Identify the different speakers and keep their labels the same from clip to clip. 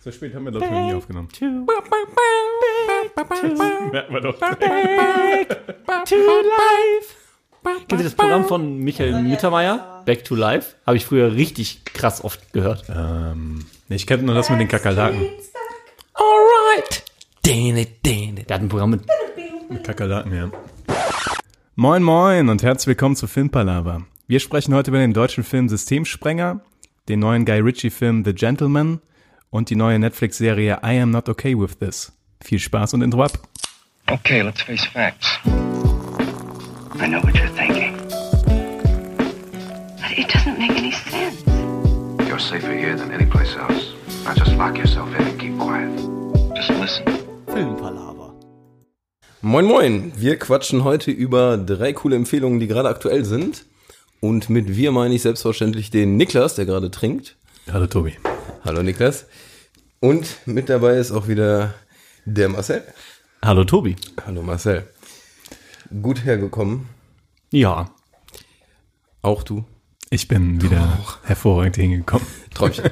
Speaker 1: So spät haben wir, glaube ich, noch nie aufgenommen.
Speaker 2: to,
Speaker 1: Merken wir doch.
Speaker 2: to life. Kennt ihr das Programm von Michael Mittermeier? Back to Life? Habe ich früher richtig krass oft gehört.
Speaker 1: Nee, Ich kenne nur das mit den Kakerlaken.
Speaker 2: Alright. Dene, dene. Der hat ein Programm mit.
Speaker 1: Kakerlaken, ja. Moin, moin und herzlich willkommen zu Filmpalava. Wir sprechen heute über den deutschen Film Systemsprenger, den neuen Guy Ritchie-Film The Gentleman und die neue Netflix-Serie I Am Not Okay With This. Viel Spaß und Intro ab.
Speaker 3: Okay, let's face facts. I know what you're thinking.
Speaker 4: But it doesn't make any sense.
Speaker 5: You're safer here than anyplace else. Now just lock yourself in and keep quiet.
Speaker 3: Just listen.
Speaker 2: Filmpalaver.
Speaker 6: Moin Moin, wir quatschen heute über drei coole Empfehlungen, die gerade aktuell sind. Und mit wir meine ich selbstverständlich den Niklas, der gerade trinkt.
Speaker 1: Hallo, Tobi.
Speaker 6: Hallo Niklas. Und mit dabei ist auch wieder der Marcel.
Speaker 2: Hallo Tobi.
Speaker 6: Hallo Marcel. Gut hergekommen,
Speaker 2: Ja.
Speaker 6: auch du.
Speaker 1: Ich bin wieder hervorragend hingekommen.
Speaker 6: Träumchen.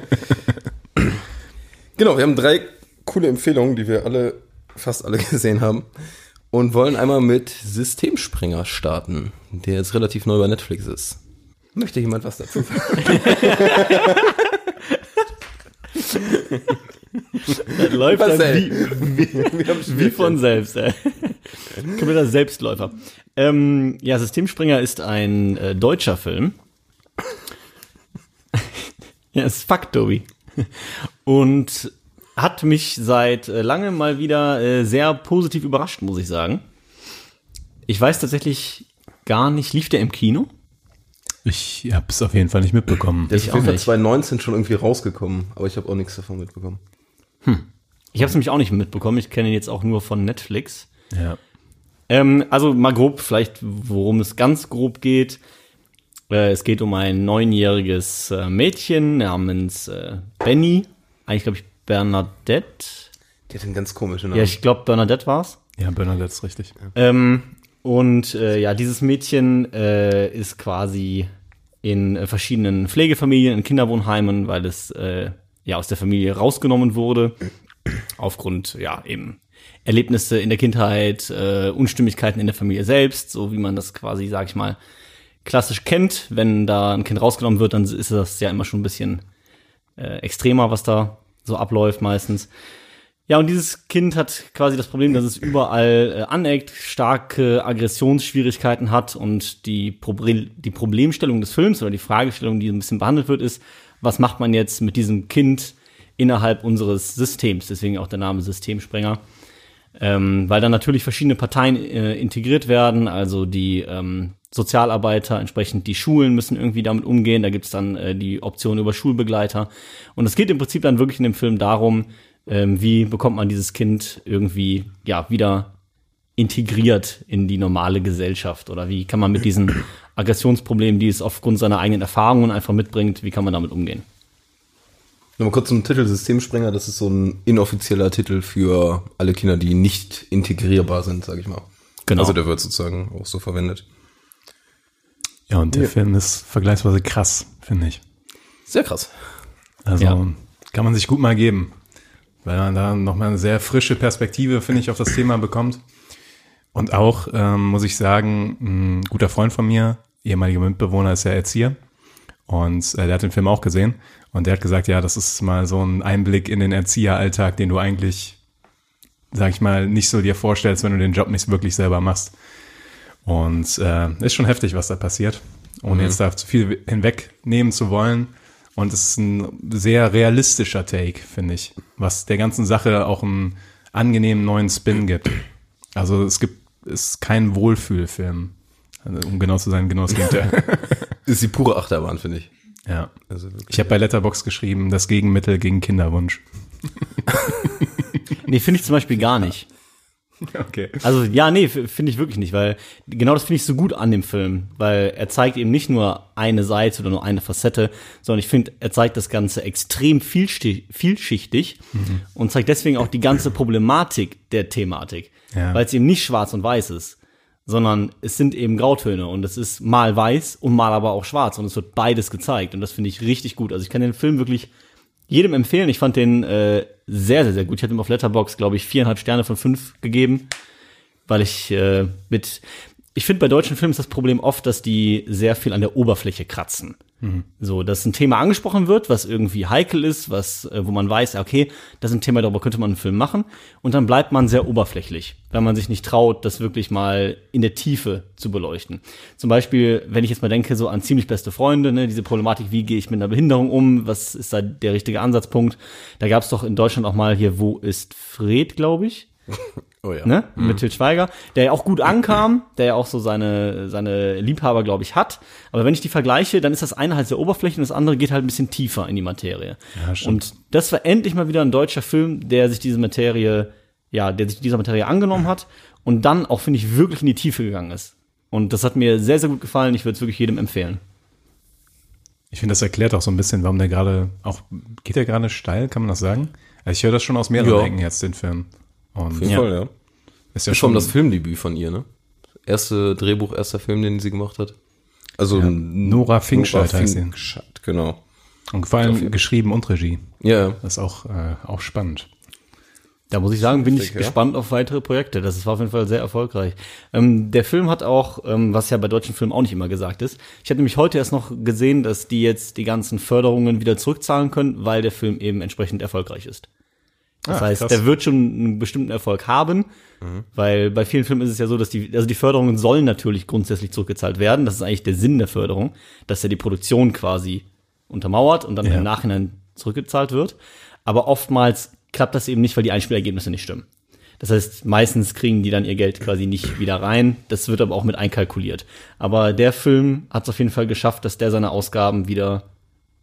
Speaker 6: genau, wir haben drei coole Empfehlungen, die wir alle, fast alle gesehen haben. Und wollen einmal mit Systemsprenger starten, der jetzt relativ neu bei Netflix ist. Möchte jemand was dazu sagen?
Speaker 2: Das läuft dann
Speaker 6: Marcel,
Speaker 2: wie,
Speaker 6: wir, wir haben
Speaker 2: wie
Speaker 6: Spielchen.
Speaker 2: von selbst. ey. Kompletter Selbstläufer. Ähm, ja, Systemspringer ist ein äh, deutscher Film. ja, ist Fakt, Tobi. Und hat mich seit äh, lange mal wieder äh, sehr positiv überrascht, muss ich sagen. Ich weiß tatsächlich gar nicht, lief der im Kino?
Speaker 1: Ich hab's auf jeden Fall nicht mitbekommen.
Speaker 6: Der ist
Speaker 2: Ich
Speaker 6: auf jeden
Speaker 2: auch
Speaker 6: Fall
Speaker 2: nicht.
Speaker 6: 2019 schon irgendwie rausgekommen, aber ich habe auch nichts davon mitbekommen.
Speaker 2: Ich habe es nämlich auch nicht mitbekommen. Ich kenne ihn jetzt auch nur von Netflix.
Speaker 1: Ja.
Speaker 2: Ähm, also mal grob vielleicht, worum es ganz grob geht. Äh, es geht um ein neunjähriges äh, Mädchen namens äh, Benny. Eigentlich glaube ich Bernadette.
Speaker 6: Der hat einen ganz komischen Namen.
Speaker 2: Ja, ich glaube Bernadette war's.
Speaker 1: Ja, Bernadette ist richtig.
Speaker 2: Ähm, und äh, ja, dieses Mädchen äh, ist quasi in äh, verschiedenen Pflegefamilien, in Kinderwohnheimen, weil es äh, ja aus der Familie rausgenommen wurde. Aufgrund, ja, eben Erlebnisse in der Kindheit, äh, Unstimmigkeiten in der Familie selbst, so wie man das quasi, sag ich mal, klassisch kennt. Wenn da ein Kind rausgenommen wird, dann ist das ja immer schon ein bisschen äh, extremer, was da so abläuft meistens. Ja, und dieses Kind hat quasi das Problem, dass es überall äh, aneckt, starke Aggressionsschwierigkeiten hat und die, Probre die Problemstellung des Films oder die Fragestellung, die ein bisschen behandelt wird, ist, was macht man jetzt mit diesem Kind innerhalb unseres Systems? Deswegen auch der Name Systemsprenger. Ähm, weil dann natürlich verschiedene Parteien äh, integriert werden, also die ähm, Sozialarbeiter, entsprechend die Schulen müssen irgendwie damit umgehen, da gibt's dann äh, die Option über Schulbegleiter. Und es geht im Prinzip dann wirklich in dem Film darum, ähm, wie bekommt man dieses Kind irgendwie ja wieder integriert in die normale Gesellschaft oder wie kann man mit diesen Aggressionsproblemen, die es aufgrund seiner eigenen Erfahrungen einfach mitbringt, wie kann man damit umgehen?
Speaker 6: Nochmal kurz zum Titel Systemsprenger, das ist so ein inoffizieller Titel für alle Kinder, die nicht integrierbar sind, sage ich mal.
Speaker 2: Genau.
Speaker 6: Also der wird sozusagen auch so verwendet.
Speaker 1: Ja, und der Film ist vergleichsweise krass, finde ich.
Speaker 6: Sehr krass.
Speaker 1: Also
Speaker 2: Ja.
Speaker 1: kann man sich gut mal geben, weil man da nochmal eine sehr frische Perspektive, finde ich, auf das Thema bekommt. Und auch, ähm, muss ich sagen, ein guter Freund von mir, ehemaliger Mitbewohner, ist ja Erzieher. Und äh, der hat den Film auch gesehen. Und der hat gesagt, ja, das ist mal so ein Einblick in den Erzieheralltag, den du eigentlich, sag ich mal, nicht so dir vorstellst, wenn du den Job nicht wirklich selber machst. Und äh, ist schon heftig, was da passiert. Ohne
Speaker 6: Mhm.
Speaker 1: jetzt da zu viel hinwegnehmen zu wollen. Und es ist ein sehr realistischer Take, finde ich. Was der ganzen Sache auch einen angenehmen neuen Spin gibt. Also es gibt, ist kein Wohlfühlfilm. Also, um genau zu sein, genau das Gegenteil.
Speaker 6: Ist die pure Achterbahn, finde ich.
Speaker 1: ja.
Speaker 6: Also wirklich.
Speaker 1: Ich habe bei Letterbox geschrieben, das Gegenmittel gegen Kinderwunsch.
Speaker 2: Nee, finde ich zum Beispiel gar nicht.
Speaker 1: Okay.
Speaker 2: Also ja, nee, f- finde ich wirklich nicht, weil genau das finde ich so gut an dem Film, weil er zeigt eben nicht nur eine Seite oder nur eine Facette, sondern ich finde, er zeigt das Ganze extrem vielsti- vielschichtig und zeigt deswegen auch die ganze Problematik der Thematik,
Speaker 1: Ja.
Speaker 2: weil es eben nicht schwarz und weiß ist, sondern es sind eben Grautöne und es ist mal weiß und mal aber auch schwarz und es wird beides gezeigt und das finde ich richtig gut. Also ich kann den Film wirklich jedem empfehlen. Ich fand den äh, sehr, sehr, sehr gut. Ich hatte ihm auf Letterbox, glaube ich, viereinhalb Sterne von fünf gegeben, weil ich äh, mit. Ich finde, bei deutschen Filmen ist das Problem oft, dass die sehr viel an der Oberfläche kratzen. So, dass ein Thema angesprochen wird, was irgendwie heikel ist, was, äh, wo man weiß, okay, das ist ein Thema, darüber könnte man einen Film machen. Und dann bleibt man sehr oberflächlich, wenn man sich nicht traut, das wirklich mal in der Tiefe zu beleuchten. Zum Beispiel, wenn ich jetzt mal denke, so an ziemlich beste Freunde, ne, diese Problematik, wie gehe ich mit einer Behinderung um, was ist da der richtige Ansatzpunkt? Da gab es doch in Deutschland auch mal hier, wo ist Fred, glaube ich
Speaker 6: Oh ja.
Speaker 2: ne? Mit Til Schweiger, der ja auch gut ankam, der ja auch so seine, seine Liebhaber, glaube ich, hat. Aber wenn ich die vergleiche, dann ist das eine halt sehr oberflächlich und das andere geht halt ein bisschen tiefer in die Materie. und das war endlich mal wieder ein deutscher Film, der sich diese Materie, ja, der sich dieser Materie angenommen hat und dann auch, finde ich, wirklich in die Tiefe gegangen ist. Und das hat mir sehr, sehr gut gefallen. Ich würde es wirklich jedem empfehlen.
Speaker 1: Ich finde, das erklärt auch so ein bisschen, warum der gerade auch geht der gerade steil, kann man das sagen? Also ich höre das schon aus mehreren
Speaker 6: Ja.
Speaker 1: Ecken jetzt den Film. Und
Speaker 6: Auf jeden
Speaker 1: ja,
Speaker 6: Fall, ja.
Speaker 1: ist ja
Speaker 6: Schon das Filmdebüt von ihr, ne? Erste Drehbuch, erster Film, den sie gemacht hat. Also
Speaker 1: Nora Finkscheid heißt sie.
Speaker 6: Finkscheid, genau.
Speaker 1: Und vor allem geschrieben und Regie.
Speaker 6: Ja, ja.
Speaker 1: Das ist auch, äh, auch spannend.
Speaker 2: Da muss ich sagen, bin ich
Speaker 6: ja.
Speaker 2: gespannt auf weitere Projekte. Das war auf jeden Fall sehr erfolgreich. Ähm, der Film hat auch, ähm, was ja bei deutschen Filmen auch nicht immer gesagt ist, ich habe nämlich heute erst noch gesehen, dass die jetzt die ganzen Förderungen wieder zurückzahlen können, weil der Film eben entsprechend erfolgreich ist. Das
Speaker 1: Ah,
Speaker 2: heißt,
Speaker 1: krass.
Speaker 2: der wird schon einen bestimmten Erfolg haben, weil bei vielen Filmen ist es ja so, dass die, also die Förderungen sollen natürlich grundsätzlich zurückgezahlt werden. Das ist eigentlich der Sinn der Förderung, dass ja die Produktion quasi untermauert und dann
Speaker 1: Ja.
Speaker 2: im Nachhinein zurückgezahlt wird. Aber oftmals klappt das eben nicht, weil die Einspielergebnisse nicht stimmen. Das heißt, meistens kriegen die dann ihr Geld quasi nicht wieder rein. Das wird aber auch mit einkalkuliert. Aber der Film hat es auf jeden Fall geschafft, dass der seine Ausgaben wieder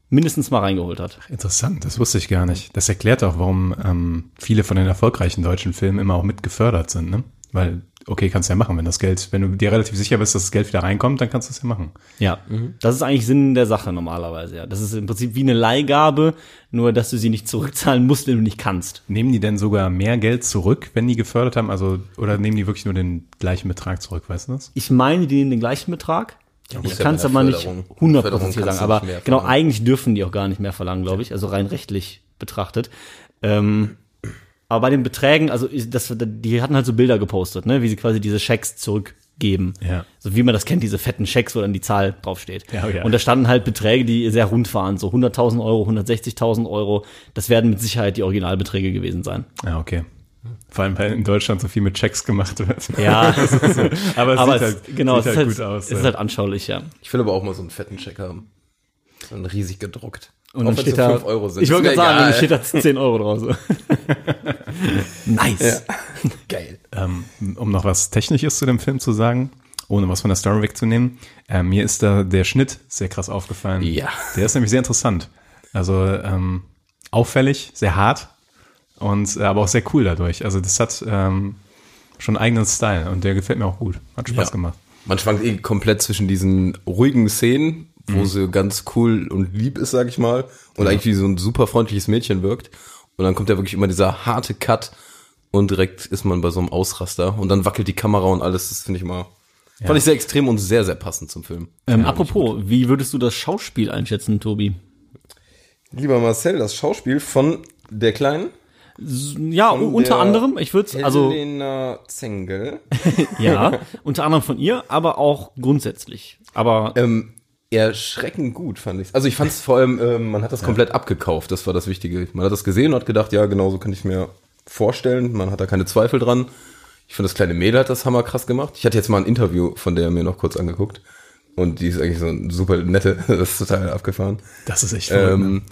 Speaker 2: mindestens mal reingeholt hat.
Speaker 1: Interessant, das wusste ich gar nicht. Das erklärt auch, warum ähm, viele von den erfolgreichen deutschen Filmen immer auch mit gefördert sind, ne? Weil, okay, kannst ja machen, wenn das Geld, wenn du dir relativ sicher bist, dass das Geld wieder reinkommt, dann kannst du es ja machen.
Speaker 2: Ja, Mhm. das ist eigentlich Sinn der Sache normalerweise, ja. Das ist im Prinzip wie eine Leihgabe, nur dass du sie nicht zurückzahlen musst, wenn du nicht kannst.
Speaker 1: Nehmen die denn sogar mehr Geld zurück, wenn die gefördert haben? Also, oder nehmen die wirklich nur den gleichen Betrag zurück, weißt du das?
Speaker 2: Ich meine, die nehmen den gleichen Betrag. ich
Speaker 6: muss ja
Speaker 2: kann es
Speaker 6: bei der
Speaker 2: aber nicht
Speaker 6: Förderung- Förderung
Speaker 2: hundertprozentig
Speaker 6: kannst
Speaker 2: sagen,
Speaker 6: du nicht
Speaker 2: aber
Speaker 6: mehr
Speaker 2: genau,
Speaker 6: verlangen.
Speaker 2: eigentlich dürfen die auch gar nicht mehr verlangen, glaube ich, also rein rechtlich betrachtet. Ähm, aber bei den Beträgen, also ich- das, die hatten halt so Bilder gepostet, ne, wie sie quasi diese Schecks zurückgeben.
Speaker 1: Ja.
Speaker 2: So wie man das kennt, diese fetten Schecks, wo dann die Zahl draufsteht.
Speaker 1: Ja, ja.
Speaker 2: Und da standen halt Beträge, die sehr rund waren, so 100.000 Euro, 160.000 Euro. Das werden mit Sicherheit die Originalbeträge gewesen sein.
Speaker 1: Ja, Ah, okay. Vor allem, weil in Deutschland so viel mit Checks gemacht wird.
Speaker 2: Ja,
Speaker 1: aber es
Speaker 2: aber
Speaker 1: sieht
Speaker 2: es,
Speaker 1: halt,
Speaker 2: genau,
Speaker 1: sieht
Speaker 2: es,
Speaker 1: halt
Speaker 2: ist
Speaker 1: gut
Speaker 2: halt,
Speaker 1: aus.
Speaker 2: es ist
Speaker 1: ja.
Speaker 2: halt anschaulich, ja.
Speaker 6: Ich will aber auch mal so einen fetten Check haben. So einen riesig gedruckt.
Speaker 2: Und dann
Speaker 6: wenn's
Speaker 2: steht
Speaker 6: nur
Speaker 2: da,
Speaker 6: fünf Euro sind.
Speaker 2: ich wollte
Speaker 6: Ist
Speaker 2: gerade
Speaker 6: mir
Speaker 2: sagen, dann
Speaker 6: egal.
Speaker 2: steht da 10 Euro draus. nice.
Speaker 6: Geil.
Speaker 1: Ähm, um noch was Technisches zu dem Film zu sagen, ohne was von der Story wegzunehmen, ähm, mir ist da der Schnitt sehr krass aufgefallen.
Speaker 6: Ja.
Speaker 1: Der ist nämlich sehr interessant. Also ähm, auffällig, sehr hart und äh, aber auch sehr cool dadurch. Also das hat ähm, schon einen eigenen Style und der gefällt mir auch gut. Hat Spaß
Speaker 6: Ja.
Speaker 1: gemacht.
Speaker 6: Man schwankt eh komplett zwischen diesen ruhigen Szenen, wo sie ganz cool und lieb ist, sag ich mal, und eigentlich wie so ein super freundliches Mädchen wirkt. Und dann kommt ja wirklich immer dieser harte Cut und direkt ist man bei so einem Ausraster und dann wackelt die Kamera und alles. Das finde ich mal. Fand ich sehr extrem und sehr, sehr passend zum Film.
Speaker 2: Ähm, apropos, wie würdest du das Schauspiel einschätzen, Tobi?
Speaker 6: Lieber Marcel, das Schauspiel von der Kleinen.
Speaker 2: Ja, u- Oh, unter
Speaker 6: der
Speaker 2: anderem, ich würde also
Speaker 6: Helena Zengel.
Speaker 2: ja, unter anderem von ihr, aber auch grundsätzlich. Aber
Speaker 6: Ähm, erschreckend gut, fand ich Also ich fand es vor allem, ähm, man hat das komplett abgekauft, das war das Wichtige. Man hat das gesehen und hat gedacht, ja, genau so kann ich mir vorstellen. Man hat da keine Zweifel dran. Ich finde, das kleine Mädel hat das hammerkrass gemacht. Ich hatte jetzt mal ein Interview von der mir noch kurz angeguckt. Und die ist eigentlich so ein super nette, das ist total abgefahren.
Speaker 1: Das ist echt
Speaker 6: Ähm,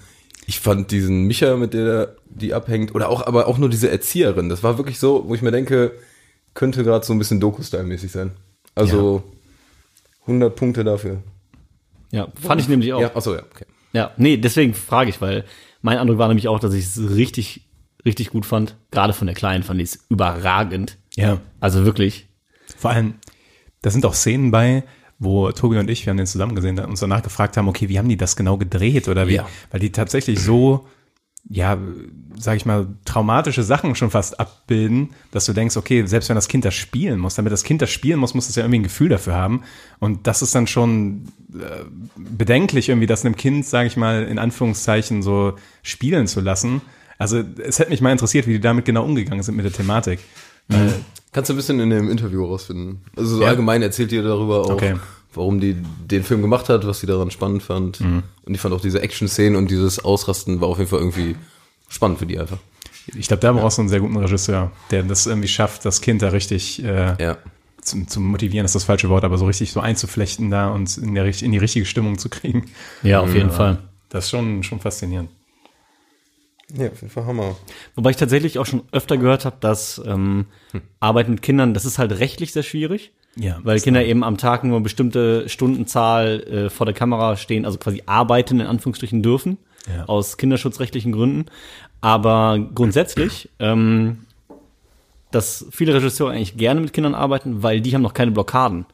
Speaker 6: ich fand diesen Micha, mit der die abhängt, oder auch, aber auch nur diese Erzieherin, das war wirklich so, wo ich mir denke, könnte gerade so ein bisschen Doku-Style-mäßig sein. Also 100 Punkte dafür.
Speaker 2: ja, fand ich nämlich auch.
Speaker 6: Ja,
Speaker 2: Ja,
Speaker 6: achso, ja, okay.
Speaker 2: nee, deswegen frage ich, weil mein Eindruck war nämlich auch, dass ich es richtig, richtig gut fand. Gerade von der Kleinen fand ich es überragend.
Speaker 1: ja.
Speaker 2: Also wirklich.
Speaker 1: Vor allem, da sind auch Szenen bei, wo Tobi und ich, wir haben den zusammen gesehen, uns danach gefragt haben, okay, wie haben die das genau gedreht oder wie,
Speaker 6: Ja.
Speaker 1: weil die tatsächlich so, ja, sage ich mal, traumatische Sachen schon fast abbilden, dass du denkst, okay, selbst wenn das Kind das spielen muss, damit das Kind das spielen muss, muss es ja irgendwie ein Gefühl dafür haben. Und das ist dann schon äh, bedenklich, irgendwie das einem Kind, sage ich mal, in Anführungszeichen so spielen zu lassen. Also es hätte mich mal interessiert, wie die damit genau umgegangen sind mit der Thematik.
Speaker 6: Kannst du ein bisschen in dem Interview rausfinden. Also so allgemein erzählt ihr darüber auch,
Speaker 1: Okay.
Speaker 6: warum die den Film gemacht hat, was sie daran spannend fand.
Speaker 1: Mhm.
Speaker 6: Und ich fand auch diese Action-Szenen und dieses Ausrasten war auf jeden Fall irgendwie spannend für die einfach.
Speaker 1: Ich glaube, da brauchst du einen sehr guten Regisseur, der das irgendwie schafft, das Kind da richtig äh,
Speaker 6: Ja.
Speaker 1: zu, zu motivieren, ist das falsche Wort, aber so richtig so einzuflechten da und in, der, richt- in die richtige Stimmung zu kriegen. Äh,
Speaker 2: Ja, auf jeden Fall.
Speaker 1: Das ist schon, schon faszinierend.
Speaker 6: Ja, auf jeden Fall Hammer.
Speaker 2: Wobei ich tatsächlich auch schon öfter gehört habe, dass ähm,
Speaker 1: Hm.
Speaker 2: Arbeit mit Kindern, das ist halt rechtlich sehr schwierig.
Speaker 1: Ja,
Speaker 2: weil
Speaker 1: ist
Speaker 2: Kinder eben am Tag nur eine bestimmte Stundenzahl äh, vor der Kamera stehen, also quasi arbeiten in Anführungsstrichen dürfen,
Speaker 1: Ja.
Speaker 2: aus kinderschutzrechtlichen Gründen. Aber grundsätzlich, ähm, dass viele Regisseure eigentlich gerne mit Kindern arbeiten, weil die haben noch keine Blockaden.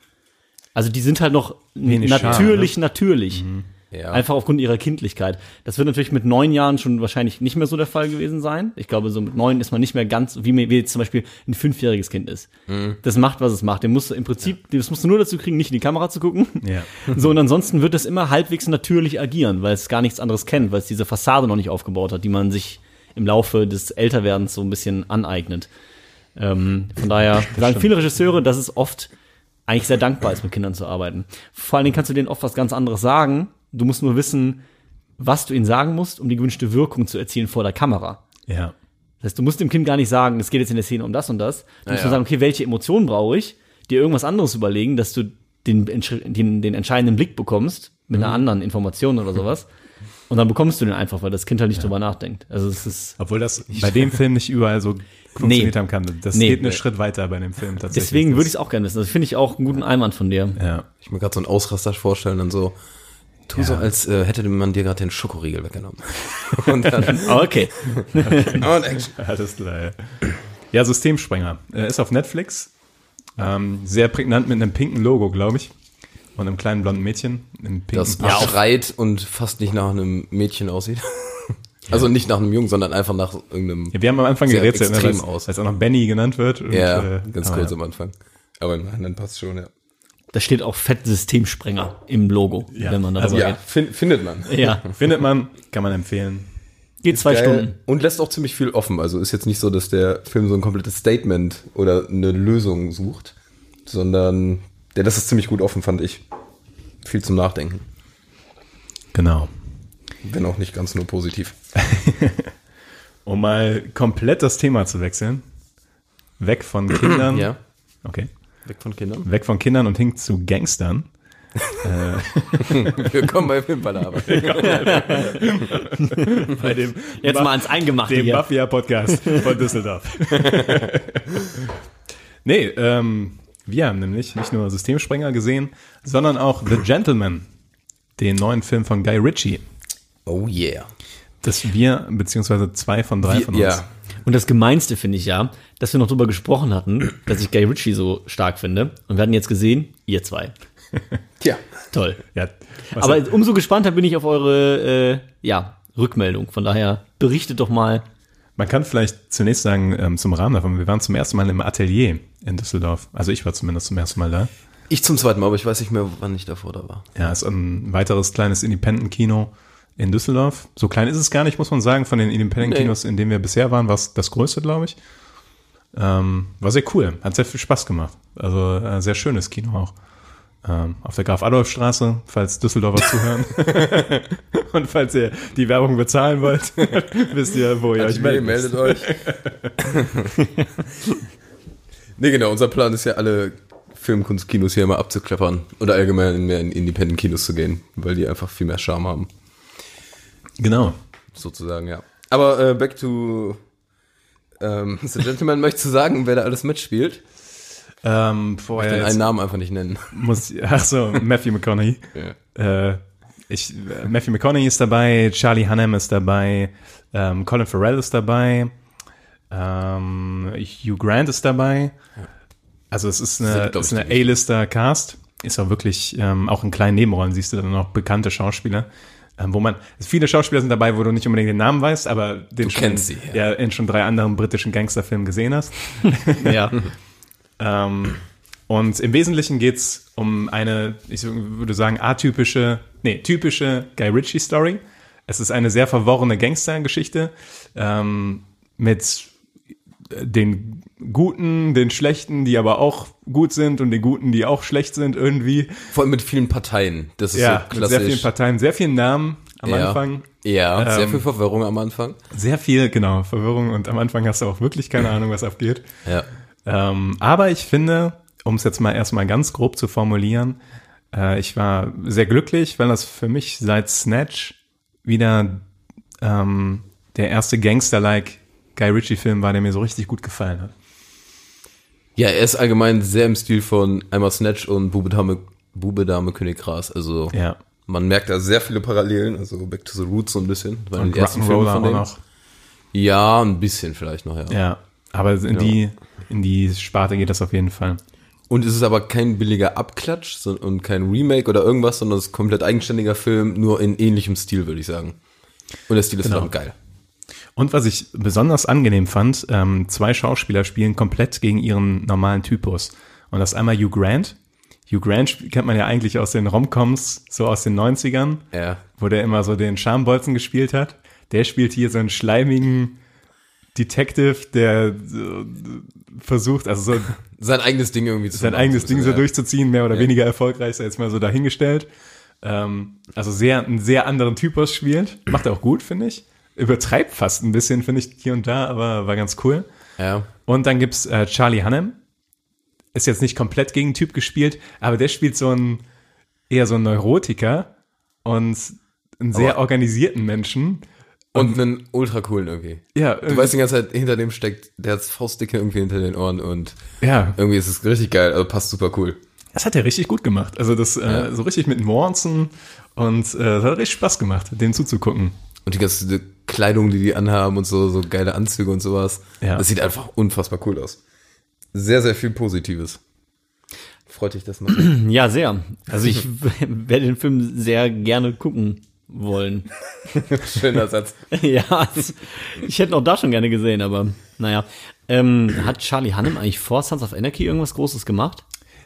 Speaker 2: Also die sind halt noch
Speaker 1: Wenig ne? Mhm.
Speaker 2: natürlich, natürlich.
Speaker 6: Ja.
Speaker 2: Einfach aufgrund ihrer Kindlichkeit. Das wird natürlich mit neun Jahren schon wahrscheinlich nicht mehr so der Fall gewesen sein. Ich glaube, so mit neun ist man nicht mehr ganz, wie, mir- wie jetzt zum Beispiel ein fünfjähriges Kind ist. Das macht, was es macht. Den musst du im Prinzip, das musst du nur dazu kriegen, nicht in die Kamera zu gucken.
Speaker 1: Ja.
Speaker 2: So, und ansonsten wird das immer halbwegs natürlich agieren, weil es gar nichts anderes kennt, weil es diese Fassade noch nicht aufgebaut hat, die man sich im Laufe des Älterwerdens so ein bisschen aneignet. Ähm, von daher sagen viele Regisseure, dass es oft eigentlich sehr dankbar ist, mit Kindern zu arbeiten. Vor allen Dingen kannst du denen oft was ganz anderes sagen. Du musst nur wissen, was du ihnen sagen musst, um die gewünschte Wirkung zu erzielen vor der Kamera.
Speaker 1: Ja.
Speaker 2: Das heißt, du musst dem Kind gar nicht sagen, es geht jetzt in der Szene um das und das. Du musst
Speaker 6: ja.
Speaker 2: nur sagen, okay, welche Emotionen brauche ich? Dir irgendwas anderes überlegen, dass du den, entsch- den, den entscheidenden Blick bekommst mit
Speaker 6: Mhm.
Speaker 2: einer anderen Information oder sowas. Und dann bekommst du den einfach, weil das Kind halt nicht drüber nachdenkt. Also es ist
Speaker 1: Obwohl das bei dem Film nicht überall so funktioniert haben kann. Das
Speaker 2: Nee.
Speaker 1: geht einen Schritt weiter bei dem Film tatsächlich.
Speaker 2: deswegen
Speaker 1: Das-
Speaker 2: würde ich es auch gerne wissen. Das finde ich auch einen guten Einwand von dir.
Speaker 1: Ja.
Speaker 6: Ich mir gerade so einen Ausraster vorstellen, dann so, tu so, als äh, hätte man dir gerade den Schokoriegel weggenommen. und dann,
Speaker 2: Okay.
Speaker 6: und Action.
Speaker 1: Alles klar. ja. Ja, Systemsprenger. Äh, Ist auf Netflix. Ähm, sehr prägnant mit einem pinken Logo, glaube ich. Und einem kleinen blonden Mädchen. Einem pinken
Speaker 6: Das
Speaker 1: Pulli.
Speaker 6: schreit und fast nicht nach einem Mädchen aussieht. Also nicht nach einem Jungen, sondern einfach nach irgendeinem.
Speaker 1: ja, wir haben am Anfang
Speaker 6: Sehr
Speaker 1: gerätselt, ne,
Speaker 6: halt extrem
Speaker 1: als,
Speaker 6: aus.
Speaker 1: als auch noch Benny genannt wird. Und,
Speaker 6: Ja,
Speaker 1: äh,
Speaker 6: ganz
Speaker 1: aber
Speaker 6: kurz um-
Speaker 1: ja.
Speaker 6: am Anfang. Aber im Nachhinein passt schon, ja.
Speaker 2: Da steht auch Fett Systemsprenger im Logo,
Speaker 1: Ja.
Speaker 2: wenn man darüber
Speaker 1: Also
Speaker 6: Ja,
Speaker 2: geht.
Speaker 6: fin findet man.
Speaker 2: Ja.
Speaker 1: Findet man, kann man empfehlen.
Speaker 2: Geht zwei
Speaker 6: Geil.
Speaker 2: Stunden.
Speaker 6: Und lässt auch ziemlich viel offen. Also ist jetzt nicht so, dass der Film so ein komplettes Statement oder eine Lösung sucht, sondern der lässt es ziemlich gut offen, fand ich. Viel zum Nachdenken.
Speaker 1: Genau.
Speaker 6: Wenn auch nicht ganz nur positiv.
Speaker 1: Um mal komplett das Thema zu wechseln. Weg von Kindern. Okay.
Speaker 6: Weg von Kindern.
Speaker 1: Weg von Kindern und hin zu Gangstern.
Speaker 6: Willkommen bei Filmpalabra.
Speaker 1: Bei dem,
Speaker 2: Jetzt mal ans Eingemachte
Speaker 1: dem
Speaker 2: hier.
Speaker 1: Mafia-Podcast von Düsseldorf. nee, ähm, wir haben nämlich nicht nur Systemsprenger gesehen, sondern auch The Gentleman, den neuen Film von Guy Ritchie.
Speaker 6: Oh yeah.
Speaker 1: Das wir, beziehungsweise zwei von drei von uns.
Speaker 6: Ja.
Speaker 2: Und das Gemeinste finde ich ja, dass wir noch drüber gesprochen hatten, dass ich Guy Ritchie so stark finde. Und wir hatten jetzt gesehen, ihr zwei.
Speaker 6: Tja.
Speaker 2: Toll.
Speaker 1: ja also was-
Speaker 2: Aber umso gespannter bin ich auf eure äh, ja, Rückmeldung. Von daher berichtet doch mal.
Speaker 1: Man kann vielleicht zunächst sagen, ähm, zum Rahmen davon, wir waren zum ersten Mal im Atelier in Düsseldorf. Also ich war zumindest zum ersten Mal da.
Speaker 6: Ich zum zweiten Mal, aber ich weiß nicht mehr, wann ich davor da war.
Speaker 1: Ja, ist ein weiteres kleines Independent-Kino in Düsseldorf. So klein ist es gar nicht, muss man sagen. Von den Independent-Kinos, in denen wir bisher waren, war es das größte, glaube ich. Ähm, war sehr cool. Hat sehr viel Spaß gemacht. Also äh, sehr schönes Kino auch. Ähm, auf der Graf-Adolf-Straße, falls Düsseldorfer zuhören. Und falls ihr die Werbung bezahlen wollt, wisst ihr, wo ihr euch meldet.
Speaker 6: meldet euch. nee, genau, unser Plan ist ja alle Filmkunstkinos hier immer abzuklappern oder allgemein mehr in Independent-Kinos zu gehen, weil die einfach viel mehr Charme haben,
Speaker 1: Genau.
Speaker 6: sozusagen, ja. Aber äh, back to ähm, The Gentleman, möchtest du sagen, wer da alles mitspielt?
Speaker 1: Ähm,
Speaker 6: Ich
Speaker 1: vorher
Speaker 6: will
Speaker 1: jetzt-
Speaker 6: einen Namen einfach nicht nennen.
Speaker 1: muss ach so Matthew McConaughey. Äh, ich, äh, Matthew McConaughey ist dabei, Charlie Hunnam ist dabei, ähm, Colin Farrell ist dabei, ähm, Hugh Grant ist dabei. Also es ist
Speaker 6: sind,
Speaker 1: eine,
Speaker 6: glaub
Speaker 1: ist
Speaker 6: ich,
Speaker 1: eine
Speaker 6: die
Speaker 1: A-Lister Cast. Ist auch wirklich, ähm, auch in kleinen Nebenrollen siehst du dann noch bekannte Schauspieler, ähm, wo man, viele Schauspieler sind dabei, wo du nicht unbedingt den Namen weißt, aber den schon,
Speaker 6: kennst sie,
Speaker 1: ja. in schon drei anderen britischen Gangsterfilmen gesehen hast.
Speaker 2: Ja.
Speaker 1: Ähm, und im Wesentlichen geht's um eine, ich würde sagen, atypische, nee, typische Guy Ritchie-Story. Es ist eine sehr verworrene Gangstergeschichte ähm, mit den Guten, den Schlechten, die aber auch gut sind und den Guten, die auch schlecht sind irgendwie.
Speaker 6: Vor allem mit vielen Parteien. Das ist
Speaker 1: Ja,
Speaker 6: so
Speaker 1: mit
Speaker 6: klassisch.
Speaker 1: sehr vielen Parteien, sehr vielen Namen am
Speaker 6: ja.
Speaker 1: Anfang.
Speaker 6: Ja, sehr
Speaker 1: Ähm,
Speaker 6: viel Verwirrung am Anfang.
Speaker 1: Sehr viel, genau, Verwirrung und am Anfang hast du auch wirklich keine Ahnung, was abgeht.
Speaker 6: Ja.
Speaker 1: Ähm, aber ich finde, um es jetzt mal erstmal ganz grob zu formulieren, äh, ich war sehr glücklich, weil das für mich seit Snatch wieder ähm, der erste Gangster-like Guy Ritchie-Film war, der mir so richtig gut gefallen hat.
Speaker 6: Ja, er ist allgemein sehr im Stil von einmal Snatch und Bube Dame, Bube Dame König Gras. Also
Speaker 1: Ja.
Speaker 6: man merkt da sehr viele Parallelen, also Back to the Roots so ein bisschen. Weil
Speaker 1: Und
Speaker 6: die ersten
Speaker 1: Rock'n'Roll
Speaker 6: Filme
Speaker 1: war
Speaker 6: von
Speaker 1: auch
Speaker 6: denen-
Speaker 1: noch.
Speaker 6: Ja, ein bisschen vielleicht noch, ja.
Speaker 1: Ja. Aber in die in die Sparte geht das auf jeden Fall.
Speaker 6: Und es ist aber kein billiger Abklatsch so- und kein Remake oder irgendwas, sondern es ist ein komplett eigenständiger Film, nur in ähnlichem Stil, würde ich sagen. Und der Stil ist
Speaker 1: Genau.
Speaker 6: verdammt geil.
Speaker 1: Und was ich besonders angenehm fand, ähm, zwei Schauspieler spielen komplett gegen ihren normalen Typus. Und das ist einmal Hugh Grant. Hugh Grant sp- kennt man ja eigentlich aus den Romcoms, so aus den 90ern,
Speaker 6: Ja.
Speaker 1: wo der immer so den Schambolzen gespielt hat. Der spielt hier so einen schleimigen Detective, der so, äh, versucht, also so
Speaker 6: Sein eigenes Ding irgendwie zu
Speaker 1: sein
Speaker 6: machen,
Speaker 1: eigenes
Speaker 6: Genau, so ein
Speaker 1: Ding so
Speaker 6: bisschen,
Speaker 1: durchzuziehen, mehr oder weniger erfolgreich, sei jetzt mal so dahingestellt. Ähm, also sehr, einen sehr anderen Typus spielt. Macht er auch gut, finde ich. Übertreibt fast ein bisschen, finde ich, hier und da, aber war ganz cool.
Speaker 6: Ja. ja.
Speaker 1: Und dann gibt's äh, Charlie Hunnam. Ist jetzt nicht komplett gegen Typ gespielt, aber der spielt so einen, eher so einen Neurotiker und einen sehr
Speaker 6: Aber-
Speaker 1: organisierten Menschen.
Speaker 6: Und einen ultra coolen irgendwie.
Speaker 1: Ja,
Speaker 6: Du weißt die ganze Zeit, hinter dem steckt, der hat Faustdicke irgendwie hinter den Ohren und
Speaker 1: äh, ja.
Speaker 6: irgendwie ist es richtig geil, also passt super cool.
Speaker 1: Das hat er richtig gut gemacht. Also das äh, so richtig mit Nuancen und äh, das hat richtig Spaß gemacht, dem zuzugucken.
Speaker 6: Und die ganze Kleidung, die die anhaben und so, so geile Anzüge und sowas.
Speaker 1: Ja.
Speaker 6: Das sieht einfach unfassbar cool aus. Sehr, sehr viel Positives. Freut dich das mal.
Speaker 2: Ja, sehr. Also ich w- werde den Film sehr gerne gucken wollen.
Speaker 6: Schöner Satz.
Speaker 2: ja, es- ich hätte ihn auch da schon gerne gesehen, aber naja. Ähm, hat Charlie Hunnam eigentlich vor Sons of Anarchy irgendwas Großes gemacht?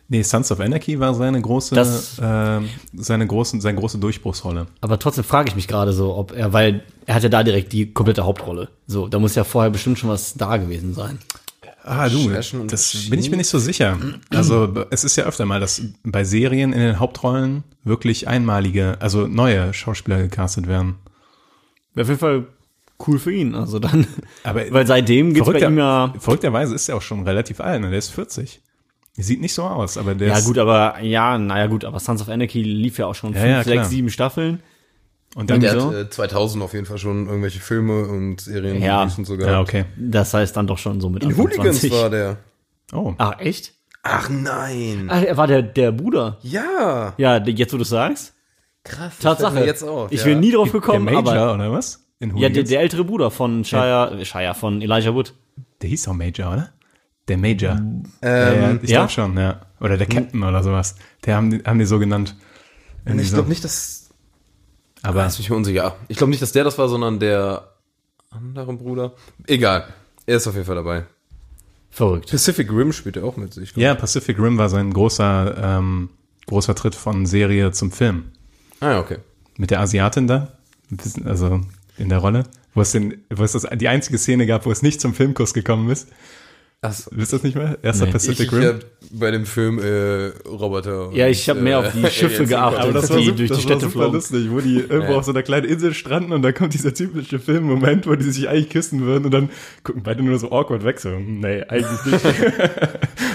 Speaker 1: Nee, Sons of Anarchy war seine große,
Speaker 2: Das-
Speaker 1: ähm, seine großen, seine große Durchbruchsrolle.
Speaker 2: Aber trotzdem frage ich mich gerade so, ob er, weil er hat ja da direkt die komplette Hauptrolle. So, da muss ja vorher bestimmt schon was da gewesen sein.
Speaker 1: Ah, du,
Speaker 6: Schwerschen und
Speaker 1: das
Speaker 6: Schienen?
Speaker 1: bin ich mir nicht so sicher. Also b- es ist ja öfter mal, dass bei Serien in den Hauptrollen wirklich einmalige, also neue Schauspieler gecastet werden.
Speaker 2: Wäre auf jeden Fall cool für ihn. Also dann,
Speaker 1: Aber
Speaker 2: weil seitdem geht's bei ihm ja.
Speaker 1: verrückterweise ist er auch schon relativ alt, ne? der ist 40. Sieht nicht so aus, aber der
Speaker 2: Ja
Speaker 1: ist,
Speaker 2: gut, aber ja, naja gut, aber Sons of Anarchy lief ja auch schon fünf,
Speaker 1: ja, klar.
Speaker 2: sechs, sieben Staffeln.
Speaker 1: und dann
Speaker 6: Der
Speaker 1: so,
Speaker 6: hat äh, 2000 auf jeden Fall schon irgendwelche Filme und Serien
Speaker 2: Ja.
Speaker 6: und sogar.
Speaker 1: ja, okay.
Speaker 2: Das heißt dann doch schon so mit
Speaker 6: In Hooligans
Speaker 2: 28.
Speaker 6: war der.
Speaker 1: Oh,
Speaker 2: Ach, echt?
Speaker 6: Ach nein.
Speaker 2: Ah, er war der, der Bruder.
Speaker 6: Ja.
Speaker 2: Ja, d- jetzt wo du sagst.
Speaker 6: Krass. das fällt
Speaker 2: Tatsache.
Speaker 6: mir Jetzt auch,
Speaker 2: ich
Speaker 6: ja.
Speaker 2: bin nie drauf gekommen,
Speaker 1: der Major
Speaker 2: aber.
Speaker 1: oder was? In
Speaker 2: Ja, der,
Speaker 1: Hooligans?
Speaker 2: der ältere Bruder von Shire, äh, Shire, von Elijah Wood.
Speaker 1: Der hieß auch Major, oder? Der Major.
Speaker 6: Ähm,
Speaker 1: ja, ich
Speaker 2: Mm, ja? Hm.
Speaker 1: glaube schon, ja. Oder der Captain oder sowas. Der haben die, haben die so genannt. Irgendwie
Speaker 6: Ich
Speaker 1: so.
Speaker 6: glaube nicht, dass.
Speaker 1: Aber
Speaker 6: Lass mich mal unsicher. Ich glaube nicht, dass der das war, sondern der andere Bruder. Egal. Er ist auf jeden Fall dabei.
Speaker 2: Verrückt.
Speaker 6: Pacific Rim spielt er auch mit sich. ne?
Speaker 1: ja, Pacific Rim war sein großer, ähm, großer Tritt von Serie zum Film.
Speaker 6: Ah, ja, okay.
Speaker 1: Mit der Asiatin da, also in der Rolle, wo es, den, wo es das, die einzige Szene gab, wo es nicht zum Filmkuss gekommen ist.
Speaker 6: Achso.
Speaker 1: Wisst ihr das nicht mehr? Erster
Speaker 6: Ich,
Speaker 1: Pacific
Speaker 6: ich
Speaker 1: Rim.
Speaker 6: hab bei dem Film äh, Roboter. und,
Speaker 2: Ja, ich habe mehr
Speaker 6: äh,
Speaker 2: auf die Schiffe
Speaker 6: Aliens
Speaker 2: geachtet,
Speaker 1: Aber das
Speaker 2: die
Speaker 1: war, super,
Speaker 2: durch die
Speaker 1: das war
Speaker 2: Städte
Speaker 1: super
Speaker 2: flogen.
Speaker 1: lustig, wo die irgendwo
Speaker 6: Ja.
Speaker 1: auf so einer kleinen Insel stranden und da kommt dieser typische Filmmoment, wo die sich eigentlich küssen würden und dann gucken beide nur so awkward weg. So, hm, nee, eigentlich nicht.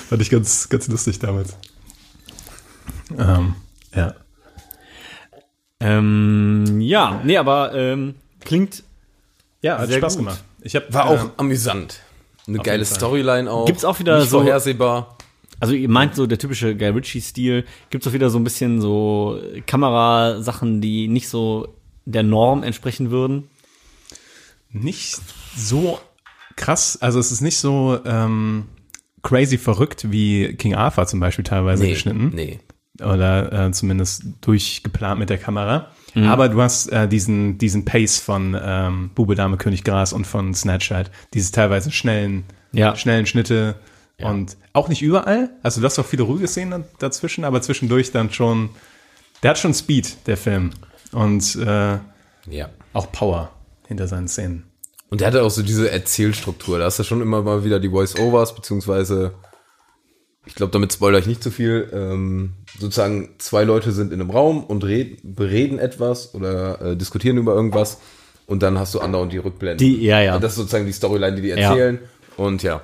Speaker 1: Fand ich ganz, ganz lustig damals. Ähm, ja.
Speaker 2: Ähm, ja, nee, aber ähm, klingt.
Speaker 1: Ja, hat
Speaker 2: Sehr
Speaker 1: Spaß
Speaker 2: gut.
Speaker 1: gemacht. Ich hab,
Speaker 6: War
Speaker 1: äh,
Speaker 6: auch amüsant. Eine geile Storyline auch.
Speaker 2: Gibt's auch wieder
Speaker 6: Nicht
Speaker 2: so-
Speaker 6: vorhersehbar.
Speaker 2: Also ihr meint so der typische Guy Ritchie-Stil, gibt's auch wieder so ein bisschen so Kamerasachen, die nicht so der Norm entsprechen würden.
Speaker 1: nicht so krass, also es ist nicht so ähm, crazy verrückt wie King Arthur zum Beispiel teilweise geschnitten.
Speaker 6: nee.
Speaker 1: oder äh, zumindest durchgeplant mit der Kamera. Aber du hast äh, diesen, diesen Pace von ähm, Bube, Dame, König, Gras und von Snatch halt. Diese teilweise schnellen,
Speaker 2: Ja.
Speaker 1: schnellen Schnitte. Und auch nicht überall. Also du hast auch viele ruhige Szenen dann dazwischen, aber zwischendurch dann schon. Der hat schon Speed, der Film. Und äh,
Speaker 6: Ja.
Speaker 1: auch Power hinter seinen Szenen.
Speaker 6: Und der hatte auch so diese Erzählstruktur. Da hast du schon immer mal wieder die Voice-Overs, beziehungsweise, ich glaube, damit spoilere ich nicht zu viel. Ähm, sozusagen, zwei Leute sind in einem Raum und red, bereden etwas oder äh, diskutieren über irgendwas. Und dann hast du andauernd die Rückblenden.
Speaker 2: Die- ja, ja.
Speaker 6: Und das ist sozusagen die Storyline, die die erzählen. Und ja,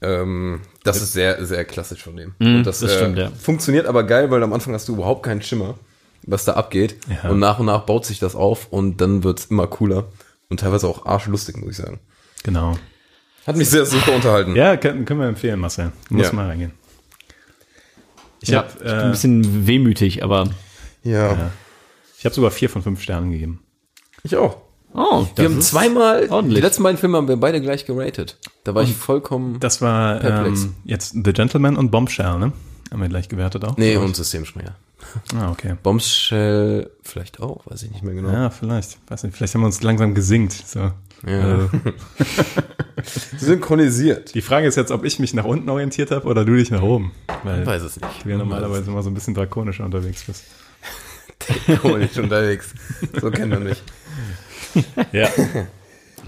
Speaker 6: ähm, das ist sehr, sehr klassisch von dem. und
Speaker 2: Mhm,
Speaker 6: äh,
Speaker 2: das stimmt, ja.
Speaker 6: Funktioniert aber geil, weil am Anfang hast du überhaupt keinen Schimmer, was da abgeht.
Speaker 1: Ja.
Speaker 6: Und nach und nach baut sich das auf und dann wird's immer cooler. Und teilweise auch arschlustig, muss ich sagen.
Speaker 1: Genau.
Speaker 6: Hat mich sehr super unterhalten.
Speaker 1: Ja, können, können wir empfehlen, Marcel. Muss
Speaker 6: Ja.
Speaker 1: mal reingehen. Ich
Speaker 2: Ja, ich bin ein
Speaker 1: habe äh,
Speaker 2: bisschen wehmütig, aber.
Speaker 6: Ja.
Speaker 1: ich hab sogar vier von fünf Sternen gegeben.
Speaker 6: Ich auch.
Speaker 2: Oh,
Speaker 6: Wir
Speaker 2: das
Speaker 6: haben
Speaker 2: ist-
Speaker 6: zweimal,
Speaker 2: ordentlich.
Speaker 6: die letzten beiden Filme haben wir beide gleich geratet. Da war ich vollkommen.
Speaker 1: Das war
Speaker 6: Perplex.
Speaker 1: ähm, jetzt The Gentleman und Bombshell, ne? Haben wir gleich gewertet auch?
Speaker 6: nee, und Systemspringer.
Speaker 1: Ah, okay.
Speaker 6: Bombshell vielleicht auch, weiß ich nicht mehr genau.
Speaker 1: Ja, vielleicht. Weiß nicht, vielleicht haben wir uns langsam gesinkt. So. Also,
Speaker 6: Synchronisiert.
Speaker 1: die Frage ist jetzt, ob ich mich nach unten orientiert habe oder du dich nach oben. Weil
Speaker 6: Ich weiß es nicht.
Speaker 1: du ja normalerweise immer so ein bisschen drakonischer unterwegs bist.
Speaker 6: Komisch unterwegs. So kennen wir mich.
Speaker 1: Ja,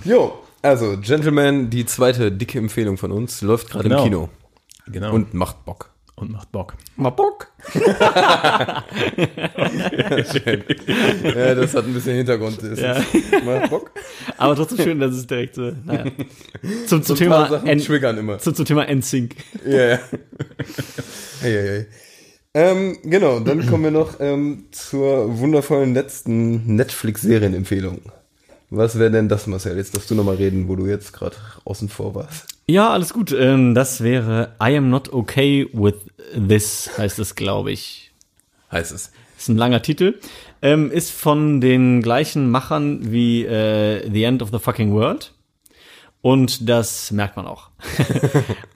Speaker 6: Jo, also Gentleman, die zweite dicke Empfehlung von uns, läuft gerade
Speaker 1: Genau.
Speaker 6: im Kino
Speaker 1: genau.
Speaker 6: und macht Bock.
Speaker 1: und macht Bock.
Speaker 6: Macht Bock? ja, das hat ein bisschen Hintergrund. Es ist- Macht Bock.
Speaker 2: Aber trotzdem schön, dass es direkt so. Naja. Zum, zum,
Speaker 6: So ein paar
Speaker 2: Thema,
Speaker 6: Sachen
Speaker 2: N-
Speaker 6: triggern immer.
Speaker 2: zum, zum Thema NSYNC.
Speaker 6: Ja, ja. Ei, ei, ei. Ähm, genau, dann kommen wir noch ähm, zur wundervollen letzten Netflix-Serienempfehlung. Was wäre denn das, Marcel? Jetzt darfst du nochmal reden, wo du jetzt gerade außen vor warst.
Speaker 2: Ja, alles gut. Ähm, das wäre I am not okay with this, heißt es, glaube ich.
Speaker 6: Heißt es.
Speaker 2: Ist ein langer Titel. Ähm, ist von den gleichen Machern wie äh, The End of the Fucking World. Und das merkt man auch.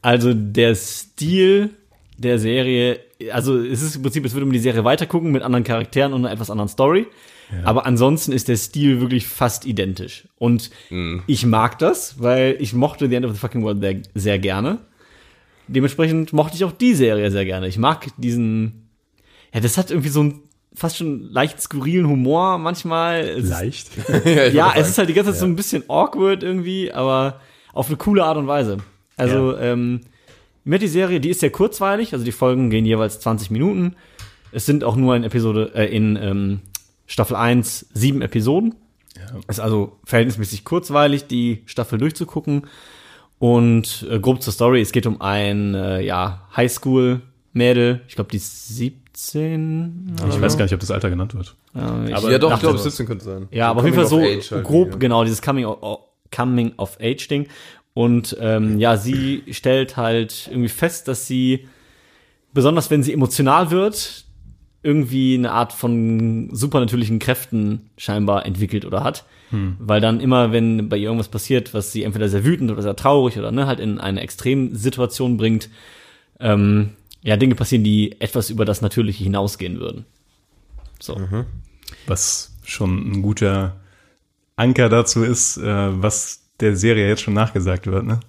Speaker 2: also der Stil der Serie, also es ist im Prinzip, es würde man die Serie weitergucken mit anderen Charakteren und einer etwas anderen Story. Aber ansonsten ist der Stil wirklich fast identisch. Und ich mag das, weil ich mochte The End of the Fucking World sehr, sehr gerne. Dementsprechend mochte ich auch die Serie sehr gerne. Ich mag diesen, ja, das hat irgendwie so einen fast schon leicht skurrilen Humor manchmal. Es ist-
Speaker 1: Leicht.
Speaker 6: ja,
Speaker 2: ja, es ist halt die ganze Zeit so ein bisschen awkward irgendwie, aber auf eine coole Art und Weise. Also, ähm, mir hat die Serie, die ist sehr kurzweilig, also die Folgen gehen jeweils 20 Minuten. Es sind auch nur in Episode, äh, in ähm, Staffel 1 sieben Episoden. Ist also verhältnismäßig kurzweilig, die Staffel durchzugucken. Und äh, grob zur Story, es geht um ein äh, ja, Highschool-Mädel, ich glaube, die ist 17.
Speaker 1: Ich weiß gar nicht, ob das Alter genannt wird.
Speaker 2: Äh, ich-
Speaker 1: Aber
Speaker 6: ja, doch, ich
Speaker 1: dachte
Speaker 6: glaube,
Speaker 1: so.
Speaker 6: 17 könnte sein.
Speaker 2: ja, aber auf jeden
Speaker 6: Coming
Speaker 2: Fall so
Speaker 6: of Age halt,
Speaker 2: grob,
Speaker 6: ja.
Speaker 2: genau, dieses Coming of, Coming of Age Ding. Und ähm, ja, sie stellt halt irgendwie fest, dass sie, besonders wenn sie emotional wird, irgendwie eine Art von supernatürlichen Kräften scheinbar entwickelt oder hat.
Speaker 6: Hm.
Speaker 2: Weil dann immer, wenn bei ihr irgendwas passiert, was sie entweder sehr wütend oder sehr traurig oder ne, halt in eine Extremsituation bringt, ähm, ja, Dinge passieren, die etwas über das Natürliche hinausgehen würden. So.
Speaker 1: was schon ein guter Anker dazu ist, äh, was der Serie jetzt schon nachgesagt wird. Ne?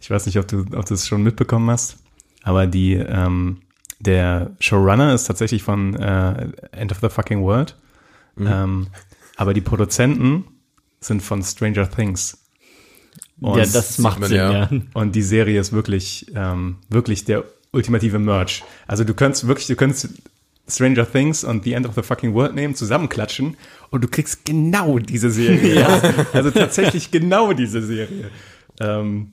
Speaker 1: Ich weiß nicht, ob du, ob du es schon mitbekommen hast, aber die, ähm, der Showrunner ist tatsächlich von äh, End of the Fucking World,
Speaker 2: Mhm.
Speaker 1: ähm, aber die Produzenten sind von Stranger Things. Und,
Speaker 2: ja, das macht
Speaker 6: man
Speaker 2: Sinn,
Speaker 6: ja.
Speaker 2: ja.
Speaker 1: und die Serie ist wirklich, ähm, wirklich der ultimative Merch. Also du könntest wirklich, du könntest Stranger Things und The End of the Fucking World nehmen, zusammenklatschen und du kriegst genau diese Serie. Also tatsächlich genau diese Serie. Ähm,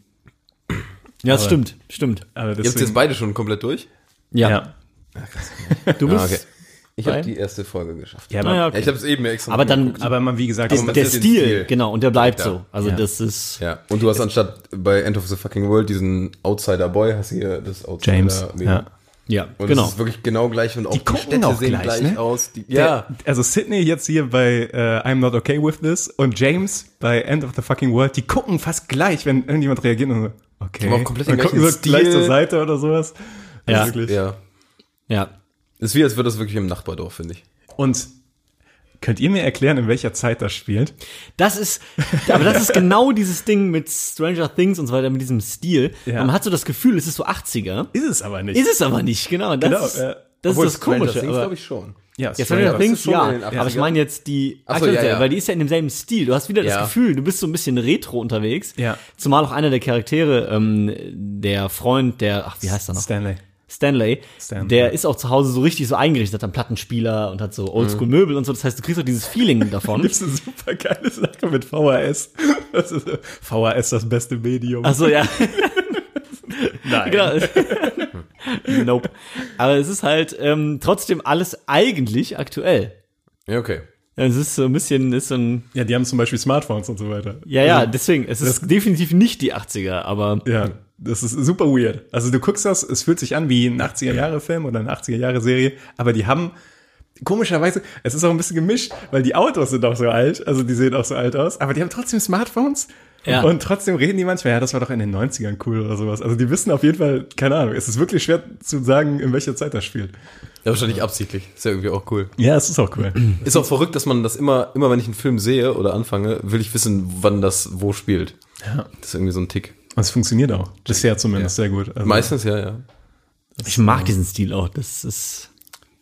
Speaker 2: Ja, das stimmt, stimmt.
Speaker 1: aber
Speaker 6: Ihr habt
Speaker 1: deswegen,
Speaker 6: jetzt beide schon komplett durch?
Speaker 2: Ja.
Speaker 1: ja.
Speaker 2: Du bist.
Speaker 6: Ah, okay. Ich
Speaker 2: Bei?
Speaker 6: habe die erste Folge geschafft.
Speaker 1: Ja, aber,
Speaker 2: Naja,
Speaker 6: Ja,
Speaker 2: okay.
Speaker 6: Ich habe es eben extra
Speaker 2: Aber dann
Speaker 6: geguckt.
Speaker 1: aber man, wie gesagt,
Speaker 6: Aber man
Speaker 2: der
Speaker 6: sieht den
Speaker 2: Stil,
Speaker 6: Stil.
Speaker 2: genau, und der bleibt
Speaker 6: Ja.
Speaker 2: so. Also das ist.
Speaker 6: Ja, und du hast anstatt bei End of the Fucking World diesen Outsider-Boy, hast hier das Outsider
Speaker 1: James, ja.
Speaker 2: Ja,
Speaker 6: Und
Speaker 2: genau.
Speaker 6: es ist wirklich genau gleich und auch die,
Speaker 1: gucken
Speaker 6: Städte
Speaker 1: auch
Speaker 6: sehen
Speaker 1: gleich,
Speaker 6: gleich,
Speaker 1: ne?
Speaker 6: aus. Die,
Speaker 1: Der, also Sydney jetzt hier bei äh, I'm Not Okay With This und James bei End of the Fucking World, die gucken fast gleich, wenn irgendjemand reagiert und so, okay.
Speaker 6: haben auch komplett den
Speaker 1: dann gucken
Speaker 6: gleichen
Speaker 1: sie gleich
Speaker 6: Stil.
Speaker 1: zur Seite oder sowas. Das
Speaker 2: Ja.
Speaker 1: ist wirklich-
Speaker 6: ja.
Speaker 2: ja.
Speaker 6: Ist wie, als würde das wirklich im Nachbardorf, finde ich.
Speaker 1: Und Könnt ihr mir erklären, in welcher Zeit das spielt?
Speaker 2: Das ist, aber das ist genau dieses Ding mit Stranger Things und so weiter, mit diesem Stil.
Speaker 1: Ja.
Speaker 2: Man hat so das Gefühl, es ist so 80er.
Speaker 1: Ist es aber nicht.
Speaker 2: Ist es aber nicht, genau. Das
Speaker 1: Genau,
Speaker 2: ist,
Speaker 1: äh,
Speaker 2: das, ist das Komische. aber,
Speaker 6: glaube ich schon.
Speaker 1: ja, Stranger
Speaker 2: ja, Stranger Things,
Speaker 6: schon
Speaker 2: ja.
Speaker 6: in den
Speaker 2: Aber ich
Speaker 6: 80ern.
Speaker 2: meine jetzt die
Speaker 6: Ach so,
Speaker 2: aktuelle
Speaker 6: ja,
Speaker 2: Serie,
Speaker 6: ja.
Speaker 2: weil die ist ja in demselben Stil. Du hast wieder
Speaker 6: Ja.
Speaker 2: das Gefühl, du bist so ein bisschen retro unterwegs.
Speaker 1: Ja.
Speaker 2: Zumal auch einer der Charaktere, ähm, der Freund, der, ach, wie heißt er noch?
Speaker 1: Stanley.
Speaker 2: Stanley,
Speaker 1: Stan,
Speaker 2: der
Speaker 1: ja.
Speaker 2: ist auch zu Hause so richtig so eingerichtet, hat einen Plattenspieler und hat so Oldschool-Möbel und so. Das heißt, du kriegst auch dieses Feeling davon.
Speaker 1: Gibt's eine super geile Sache mit VHS. Das ist, äh, VHS das beste Medium.
Speaker 2: Achso, Also, ja.
Speaker 1: Nein.
Speaker 2: Genau. nope. Aber es ist halt ähm, trotzdem alles eigentlich aktuell.
Speaker 6: Ja, okay.
Speaker 2: Es ist so ein bisschen, ist so ein,
Speaker 1: Ja, die haben zum Beispiel Smartphones und so weiter.
Speaker 2: ja, ja,
Speaker 1: Also,
Speaker 2: deswegen, es ist definitiv nicht die 80er, aber
Speaker 1: Ja, das ist super weird. Also du guckst das, es fühlt sich an wie ein 80er-Jahre-Film oder eine 80er-Jahre-Serie, aber die haben komischerweise, es ist auch ein bisschen gemischt, weil die Autos sind auch so alt, also die sehen auch so alt aus, aber die haben trotzdem Smartphones
Speaker 2: Ja.
Speaker 1: und trotzdem reden die manchmal, ja, das war doch in den 90ern cool oder sowas. Also die wissen auf jeden Fall, keine Ahnung, es ist wirklich schwer zu sagen, in welcher Zeit das spielt.
Speaker 6: Ja, wahrscheinlich absichtlich. Ist ja irgendwie auch cool.
Speaker 1: Ja, es ist auch cool.
Speaker 6: Ist auch verrückt, dass man das immer, immer wenn ich einen Film sehe oder anfange, will ich wissen, wann das wo spielt.
Speaker 1: Ja.
Speaker 6: Das ist irgendwie so ein Tick.
Speaker 1: Und es funktioniert auch. Bisher zumindest sehr gut. Also,
Speaker 6: Meistens, ja, ja.
Speaker 2: ich mag diesen Stil auch. Das ist,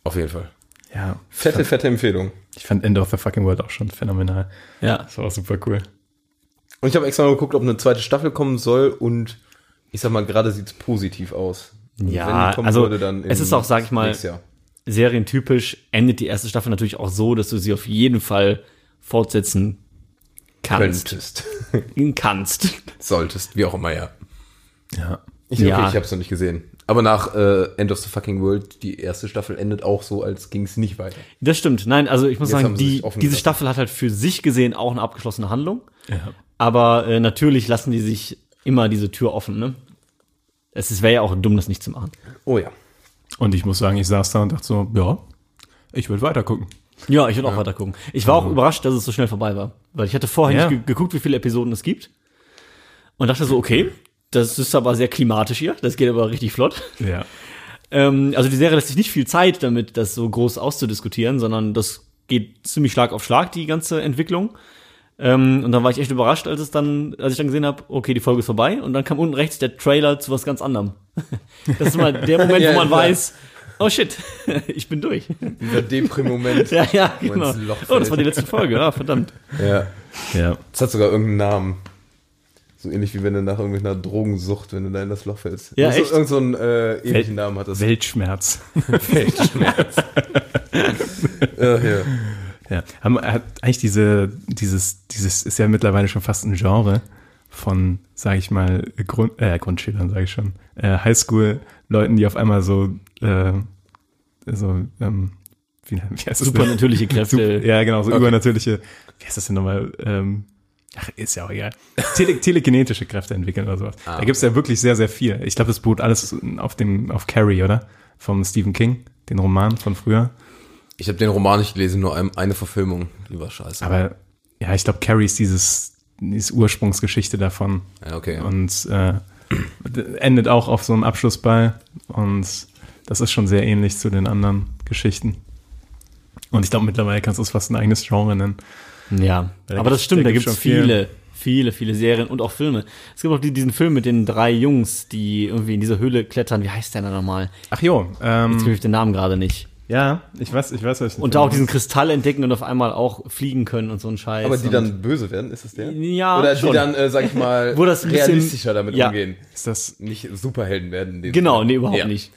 Speaker 6: Auf jeden Fall.
Speaker 1: Ja,
Speaker 6: Fette, fette Empfehlung.
Speaker 1: ich fand End of the Fucking World auch schon phänomenal.
Speaker 2: ja.
Speaker 1: Das war auch super cool.
Speaker 6: Und ich habe extra mal geguckt, ob eine zweite Staffel kommen soll und ich sag mal, gerade sieht's positiv aus. Und
Speaker 2: Ja,
Speaker 6: wenn die kommen
Speaker 2: also,
Speaker 6: würde, dann
Speaker 2: es
Speaker 6: im
Speaker 2: ist auch, sag ich mal,
Speaker 6: nächstes Jahr.
Speaker 2: serientypisch endet die erste Staffel natürlich auch so, dass du sie auf jeden Fall fortsetzen kannst.
Speaker 6: könntest.
Speaker 2: Kannst.
Speaker 6: Solltest, wie auch immer, ja.
Speaker 1: Ja.
Speaker 6: Ich,
Speaker 2: Ja.
Speaker 6: Okay, ich hab's noch nicht gesehen. Aber nach äh, End of the Fucking World, die erste Staffel endet auch so, als ging's nicht weiter.
Speaker 2: Das stimmt. Nein, also ich muss
Speaker 6: Jetzt
Speaker 2: sagen,
Speaker 6: haben sie
Speaker 2: die,
Speaker 6: sich offen
Speaker 2: diese
Speaker 6: gelassen.
Speaker 2: Staffel hat halt für sich gesehen auch eine abgeschlossene Handlung.
Speaker 1: ja.
Speaker 2: Aber äh, natürlich lassen die sich immer diese Tür offen, ne? Es ist- wäre ja auch dumm, das nicht zu machen.
Speaker 6: Oh ja.
Speaker 1: Und ich muss sagen, ich saß da und dachte so, ja, ich will weiter gucken.
Speaker 2: Ja, ich würde auch weiter gucken. Ich war auch überrascht, dass es so schnell vorbei war. Weil ich hatte vorher
Speaker 1: Ja.
Speaker 2: nicht ge geguckt, wie viele Episoden es gibt. Und dachte so, okay, das ist aber sehr klimatisch hier. Das geht aber richtig flott.
Speaker 1: Ja.
Speaker 2: Ähm, also die Serie lässt sich nicht viel Zeit damit, das so groß auszudiskutieren, sondern das geht ziemlich Schlag auf Schlag, die ganze Entwicklung. Ähm, und dann war ich echt überrascht, als es dann, als ich dann gesehen habe, okay, die Folge ist vorbei und dann kam unten rechts der Trailer zu was ganz anderem. das ist mal der Moment,
Speaker 6: Ja,
Speaker 2: wo man
Speaker 6: ja.
Speaker 2: weiß, oh shit, ich bin durch.
Speaker 6: Dieser Deprim-Moment.
Speaker 2: ja, ja, genau.
Speaker 6: ins Loch
Speaker 2: Oh, das war
Speaker 6: fällt.
Speaker 2: die letzte Folge, ah, verdammt.
Speaker 6: ja.
Speaker 1: Ja.
Speaker 6: Das hat sogar irgendeinen Namen. So ähnlich wie wenn du nach irgendeiner Drogensucht, wenn du da in das Loch fällst.
Speaker 2: Ja,
Speaker 6: Irgend
Speaker 2: echt?
Speaker 6: So, irgend so einen äh,
Speaker 1: Welt-
Speaker 6: ähnlichen Namen hat das.
Speaker 1: Weltschmerz.
Speaker 6: Weltschmerz. ja, ja.
Speaker 1: Ja. Haben, hat eigentlich diese, dieses, dieses ist ja mittlerweile schon fast ein Genre von, sage ich mal, Grund, äh, Grundschülern, sage ich schon, äh, Highschool-Leuten, die auf einmal so, äh, so, ähm, wie, wie heißt das?
Speaker 2: Super natürliche Kräfte.
Speaker 1: Sup- ja, genau, so übernatürliche, wie heißt das denn nochmal? Ähm, ach, ist ja auch egal. Tele telekinetische Kräfte entwickeln oder sowas.
Speaker 6: Ah,
Speaker 1: da gibt's ja wirklich sehr, sehr viel. Ich glaube, das beruht alles auf dem, auf Carrie, oder? Vom Stephen King, den Roman von früher.
Speaker 6: Ich habe den Roman nicht gelesen, nur ein, eine Verfilmung. Die war scheiße.
Speaker 1: Aber ja, ich glaube, Carrie ist dieses, diese Ursprungsgeschichte davon.
Speaker 6: ja, okay.
Speaker 1: Und äh, d- endet auch auf so einem Abschlussball. Und das ist schon sehr ähnlich zu den anderen Geschichten. Und ich glaube, mittlerweile kannst du es fast ein eigenes Genre nennen.
Speaker 2: Ja,
Speaker 1: Da
Speaker 2: aber das
Speaker 1: gibt's-
Speaker 2: stimmt,
Speaker 1: da
Speaker 2: da
Speaker 1: gibt's
Speaker 2: gibt's
Speaker 1: schon viel.
Speaker 2: viele, viele, viele Serien und auch Filme. Es gibt auch die, diesen Film mit den drei Jungs, die irgendwie in dieser Höhle klettern. Wie heißt der denn nochmal?
Speaker 1: Ach jo,
Speaker 2: Jetzt
Speaker 1: ähm,
Speaker 2: kriege ich den Namen gerade nicht.
Speaker 1: ja, ich weiß, ich weiß, was ich
Speaker 2: Und da auch diesen Kristall entdecken und auf einmal auch fliegen können und so ein Scheiß.
Speaker 6: aber die
Speaker 2: und
Speaker 6: dann böse werden, ist es der?
Speaker 2: Ja,
Speaker 6: Oder die
Speaker 2: schon.
Speaker 6: dann, äh, sag ich mal,
Speaker 2: Wo das ein bisschen-
Speaker 6: realistischer damit
Speaker 2: ja.
Speaker 6: umgehen.
Speaker 1: Ist das,
Speaker 6: Nicht Superhelden werden. in dem
Speaker 2: Genau,
Speaker 6: Sinne.
Speaker 2: nee, überhaupt
Speaker 6: Ja.
Speaker 2: nicht.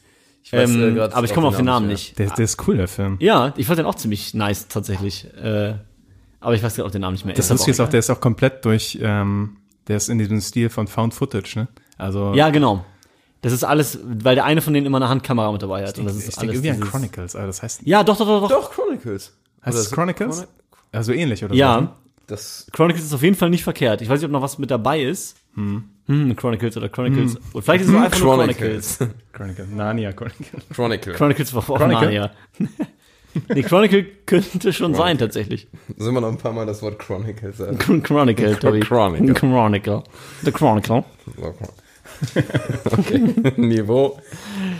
Speaker 6: Ich weiß, äh,
Speaker 2: ähm,
Speaker 6: grad
Speaker 2: aber ich komme auf den Namen nicht.
Speaker 1: der, der ist cool, der Film.
Speaker 2: Ja, ich fand den auch ziemlich nice tatsächlich. Äh, aber ich weiß gerade auch den Namen nicht mehr.
Speaker 1: Das
Speaker 2: Ist aber
Speaker 1: Lustige ist
Speaker 2: auch
Speaker 1: auch, der ist auch komplett durch, ähm, der ist in diesem Stil von Found Footage, ne? Also,
Speaker 2: egal. Ja, genau. Das ist alles, weil der eine von denen immer eine Handkamera mit dabei hat. und das ist
Speaker 1: ich denke
Speaker 2: alles
Speaker 1: irgendwie an
Speaker 2: dieses-
Speaker 1: Chronicles, also das heißt,
Speaker 2: Ja, doch, doch, doch, doch.
Speaker 6: Doch, Chronicles.
Speaker 1: heißt es Chronicles? Also ähnlich, oder so, ne?
Speaker 2: Ja,
Speaker 6: Das,
Speaker 2: Chronicles ist auf jeden Fall nicht verkehrt. Ich weiß nicht, ob noch was mit dabei ist. Hm. Chronicles oder Chronicles. Und vielleicht ist es auch einfach nur Chronicles.
Speaker 6: Chronicles.
Speaker 1: Chronicles, Narnia Chronicles.
Speaker 6: Chronicle.
Speaker 2: Chronicles war vor
Speaker 1: Chronicle?
Speaker 2: Narnia. nee, Chronicle könnte schon sein, tatsächlich.
Speaker 6: Sollen wir noch ein paar Mal das Wort äh? Chronicle sagen?
Speaker 2: Chronicle, Tobi.
Speaker 6: Chronicle.
Speaker 2: Chronicle. The Chronicle.
Speaker 6: okay. Niveau.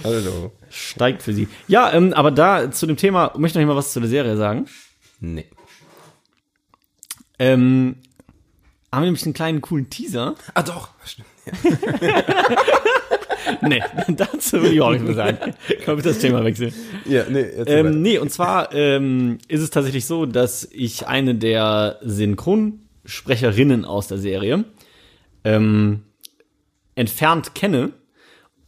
Speaker 6: Hallo.
Speaker 2: Steigt für sie. Ja, ähm, aber da zu dem Thema möchte ich noch mal was zu der Serie sagen.
Speaker 6: Nee.
Speaker 2: Ähm, haben wir nämlich einen kleinen coolen Teaser?
Speaker 6: Ah, doch.
Speaker 2: Nee, dazu will ich auch nicht mehr sagen. Kann ich das Thema wechseln?
Speaker 6: Ja, nee, jetzt
Speaker 2: Ähm, nee, und zwar ähm, ist es tatsächlich so, dass ich eine der Synchronsprecherinnen aus der Serie ähm, entfernt kenne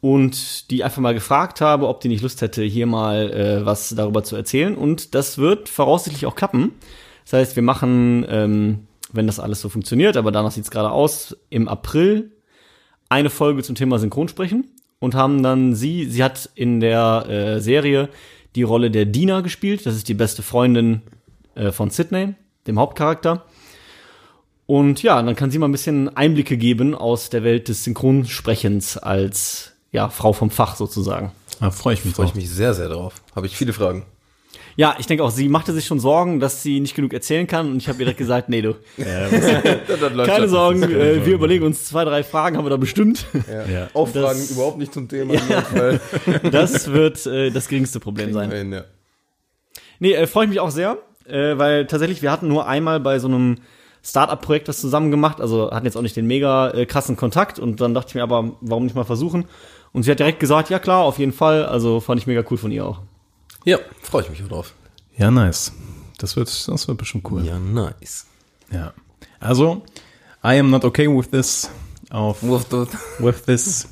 Speaker 2: und die einfach mal gefragt habe, ob die nicht Lust hätte, hier mal äh, was darüber zu erzählen. Und das wird voraussichtlich auch klappen. Das heißt, wir machen, ähm, wenn das alles so funktioniert, aber danach sieht's gerade aus, im April eine Folge zum Thema Synchronsprechen und haben dann sie, sie hat in der äh, Serie die Rolle der Dina gespielt. Das ist die beste Freundin äh, von Sydney, dem Hauptcharakter. Und ja, dann kann sie mal ein bisschen Einblicke geben aus der Welt des Synchronsprechens als ja, Frau vom Fach sozusagen.
Speaker 1: Da freue ich mich
Speaker 6: Freue
Speaker 1: drauf.
Speaker 6: ich mich sehr, sehr drauf. Habe ich viele Fragen.
Speaker 2: Ja, ich denke auch, sie machte sich schon Sorgen, dass sie nicht genug erzählen kann. Und ich habe ihr direkt gesagt, nee, du,
Speaker 6: Das, das läuft
Speaker 2: keine
Speaker 6: schon.
Speaker 2: Sorgen, äh, wir überlegen uns zwei, drei Fragen, haben wir da bestimmt.
Speaker 1: Ja.
Speaker 6: Auch Fragen
Speaker 2: Das-
Speaker 6: überhaupt nicht zum Thema. in dem Fall.
Speaker 2: Das wird äh, das geringste Problem sein.
Speaker 6: Nein, ja.
Speaker 2: Nee, äh, freue ich mich auch sehr, äh, weil tatsächlich, wir hatten nur einmal bei so einem Startup-Projekt was zusammen gemacht, also hatten jetzt auch nicht den mega äh, krassen Kontakt und dann dachte ich mir aber, warum nicht mal versuchen? Und sie hat direkt gesagt, ja klar, auf jeden Fall, also fand ich mega cool von ihr auch.
Speaker 6: ja, freue ich mich auch drauf.
Speaker 1: ja, nice. Das wird, das wird bestimmt cool.
Speaker 6: Ja, nice.
Speaker 1: Ja. Also, I am not okay with this. Auf with this.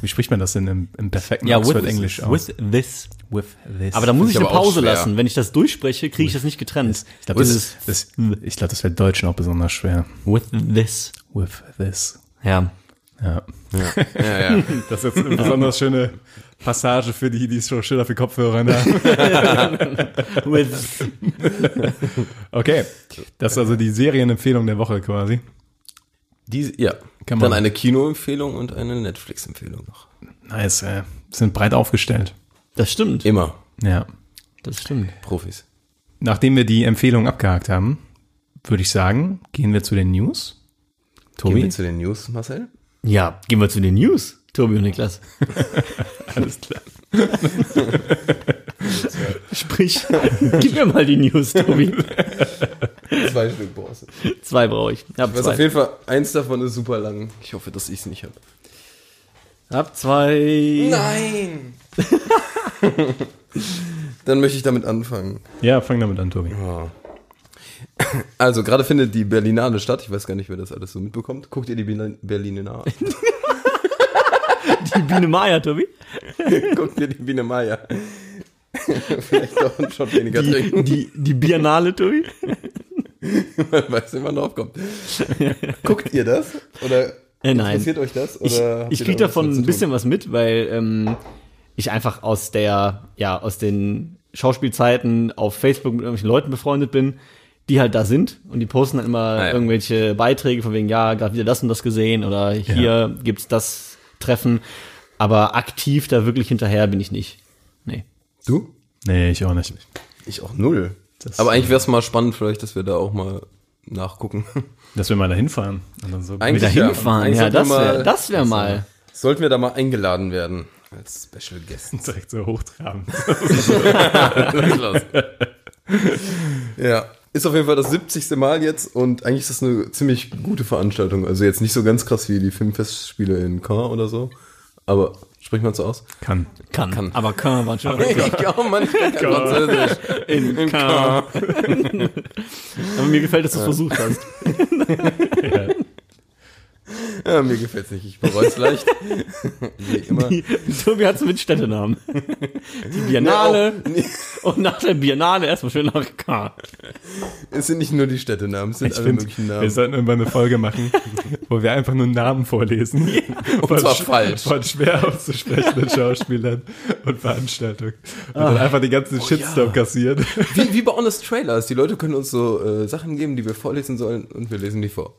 Speaker 1: Wie spricht man das denn im, im perfekten Oxford-Englisch aus?
Speaker 2: this.
Speaker 1: with this.
Speaker 2: Aber da muss ich
Speaker 6: Finde
Speaker 2: eine
Speaker 6: ich aber auch
Speaker 2: Pause
Speaker 6: schwer.
Speaker 2: lassen. Wenn ich das durchspreche, kriege ich das nicht getrennt.
Speaker 1: ich glaube, das, ist- das, ich glaub, das wäre Deutsch noch besonders schwer.
Speaker 2: with this.
Speaker 1: With this.
Speaker 2: Ja.
Speaker 1: Ja.
Speaker 6: Ja, ja.
Speaker 1: Das ist jetzt eine besonders schöne Passage für die, die schon Schiller für Kopfhörer haben.
Speaker 2: With.
Speaker 1: Okay. Das ist also die Serienempfehlung der Woche quasi.
Speaker 6: Diese, ja.
Speaker 1: Kann man-
Speaker 6: Dann eine Kinoempfehlung und eine Netflix-Empfehlung noch.
Speaker 1: Nice, ey. Sind breit aufgestellt.
Speaker 2: Das stimmt.
Speaker 6: Immer
Speaker 1: Ja.
Speaker 2: Das stimmt.
Speaker 6: Profis.
Speaker 1: Nachdem wir die Empfehlung abgehakt haben, würde ich sagen, gehen wir zu den News.
Speaker 6: Gehen wir
Speaker 1: Tobi?
Speaker 6: zu den News, Marcel?
Speaker 2: Ja, gehen wir zu den News, Tobi und Niklas.
Speaker 1: Alles klar.
Speaker 2: Sprich, gib mir mal die News, Tobi.
Speaker 6: Zwei Stück brauchst du.
Speaker 2: Zwei brauche ich. Hab
Speaker 6: Was auf
Speaker 2: zwei.
Speaker 6: jeden Fall, eins davon ist super lang. Ich hoffe, dass ich es nicht habe.
Speaker 2: Hab zwei.
Speaker 6: Nein! Dann möchte ich damit anfangen.
Speaker 1: Ja, fang damit an, Tobi.
Speaker 6: Also, gerade findet die Berlinale statt. Ich weiß gar nicht, wer das alles so mitbekommt. Guckt ihr die Berlin- Berlinale an?
Speaker 2: Die Biene Maya, Tobi.
Speaker 6: Guckt ihr die Biene Maya? Vielleicht auch einen Shot weniger
Speaker 2: Die,
Speaker 6: trinken,
Speaker 2: die, die Biennale, Tobi.
Speaker 6: man weiß nicht, wann drauf kommt. Guckt ihr das? Oder
Speaker 2: Äh, nein.
Speaker 6: interessiert euch das?
Speaker 2: Ich,
Speaker 6: Oder habt
Speaker 2: ich
Speaker 6: ihr
Speaker 2: krieg
Speaker 6: da was
Speaker 2: davon
Speaker 6: mit zu
Speaker 2: ein
Speaker 6: tun?
Speaker 2: bisschen was mit, weil ähm, ich einfach aus der, ja, aus den Schauspielzeiten auf Facebook mit irgendwelchen Leuten befreundet bin, die halt da sind und die posten dann immer
Speaker 6: Ah, ja.
Speaker 2: irgendwelche Beiträge von wegen, ja, gerade wieder das und das gesehen oder hier gibt's das Treffen. Aber aktiv da wirklich hinterher bin ich nicht. Nee.
Speaker 6: Du?
Speaker 1: Nee, ich auch nicht.
Speaker 6: Ich auch null.
Speaker 1: Das-
Speaker 6: Aber eigentlich wäre es mal spannend, vielleicht, dass wir da auch mal nachgucken.
Speaker 1: Dass wir mal dahin fahren. Und dann so
Speaker 6: Eigentlich-
Speaker 2: Da
Speaker 6: Ja,
Speaker 2: hinfahren,
Speaker 6: eigentlich
Speaker 2: ja,
Speaker 6: sollten
Speaker 2: das
Speaker 6: wir
Speaker 2: wäre
Speaker 6: mal-
Speaker 2: das wär mal.
Speaker 6: Sollten wir da mal eingeladen werden? Als Special Guest.
Speaker 1: direkt so hochtrabend.
Speaker 6: ja. Ist auf jeden Fall das 70. Mal jetzt und eigentlich ist das eine ziemlich gute Veranstaltung. Also jetzt nicht so ganz krass wie die Filmfestspiele in Caen oder so. Aber spricht man so aus?
Speaker 1: Kann.
Speaker 2: Kann. Aber kann man schon.
Speaker 6: Ich glaube, man spricht kein Französisch.
Speaker 2: In K. Aber mir gefällt, dass du es versucht hast.
Speaker 6: Ja, mir gefällt's nicht. Ich bereue es leicht. Wie immer.
Speaker 2: Tobi hat es mit Städtenamen. Die Biennale
Speaker 6: Nee,
Speaker 1: oh.
Speaker 2: und nach der Biennale erstmal schön nach K.
Speaker 6: Es sind nicht nur die Städtenamen, es sind
Speaker 1: Ich
Speaker 6: alle
Speaker 1: finde,
Speaker 6: möglichen
Speaker 1: wir
Speaker 6: Namen.
Speaker 1: sollten irgendwann eine Folge machen, wo wir einfach nur Namen vorlesen. Und
Speaker 6: zwar falsch.
Speaker 1: Von schwer auszusprechenden Schauspielern und Veranstaltungen. Und
Speaker 6: Ah.
Speaker 1: dann einfach den
Speaker 6: Oh
Speaker 1: ganzen Shitstorm kassieren.
Speaker 6: Wie, wie bei Honest Trailers. Die Leute können uns so äh, Sachen geben, die wir vorlesen sollen und wir lesen die vor.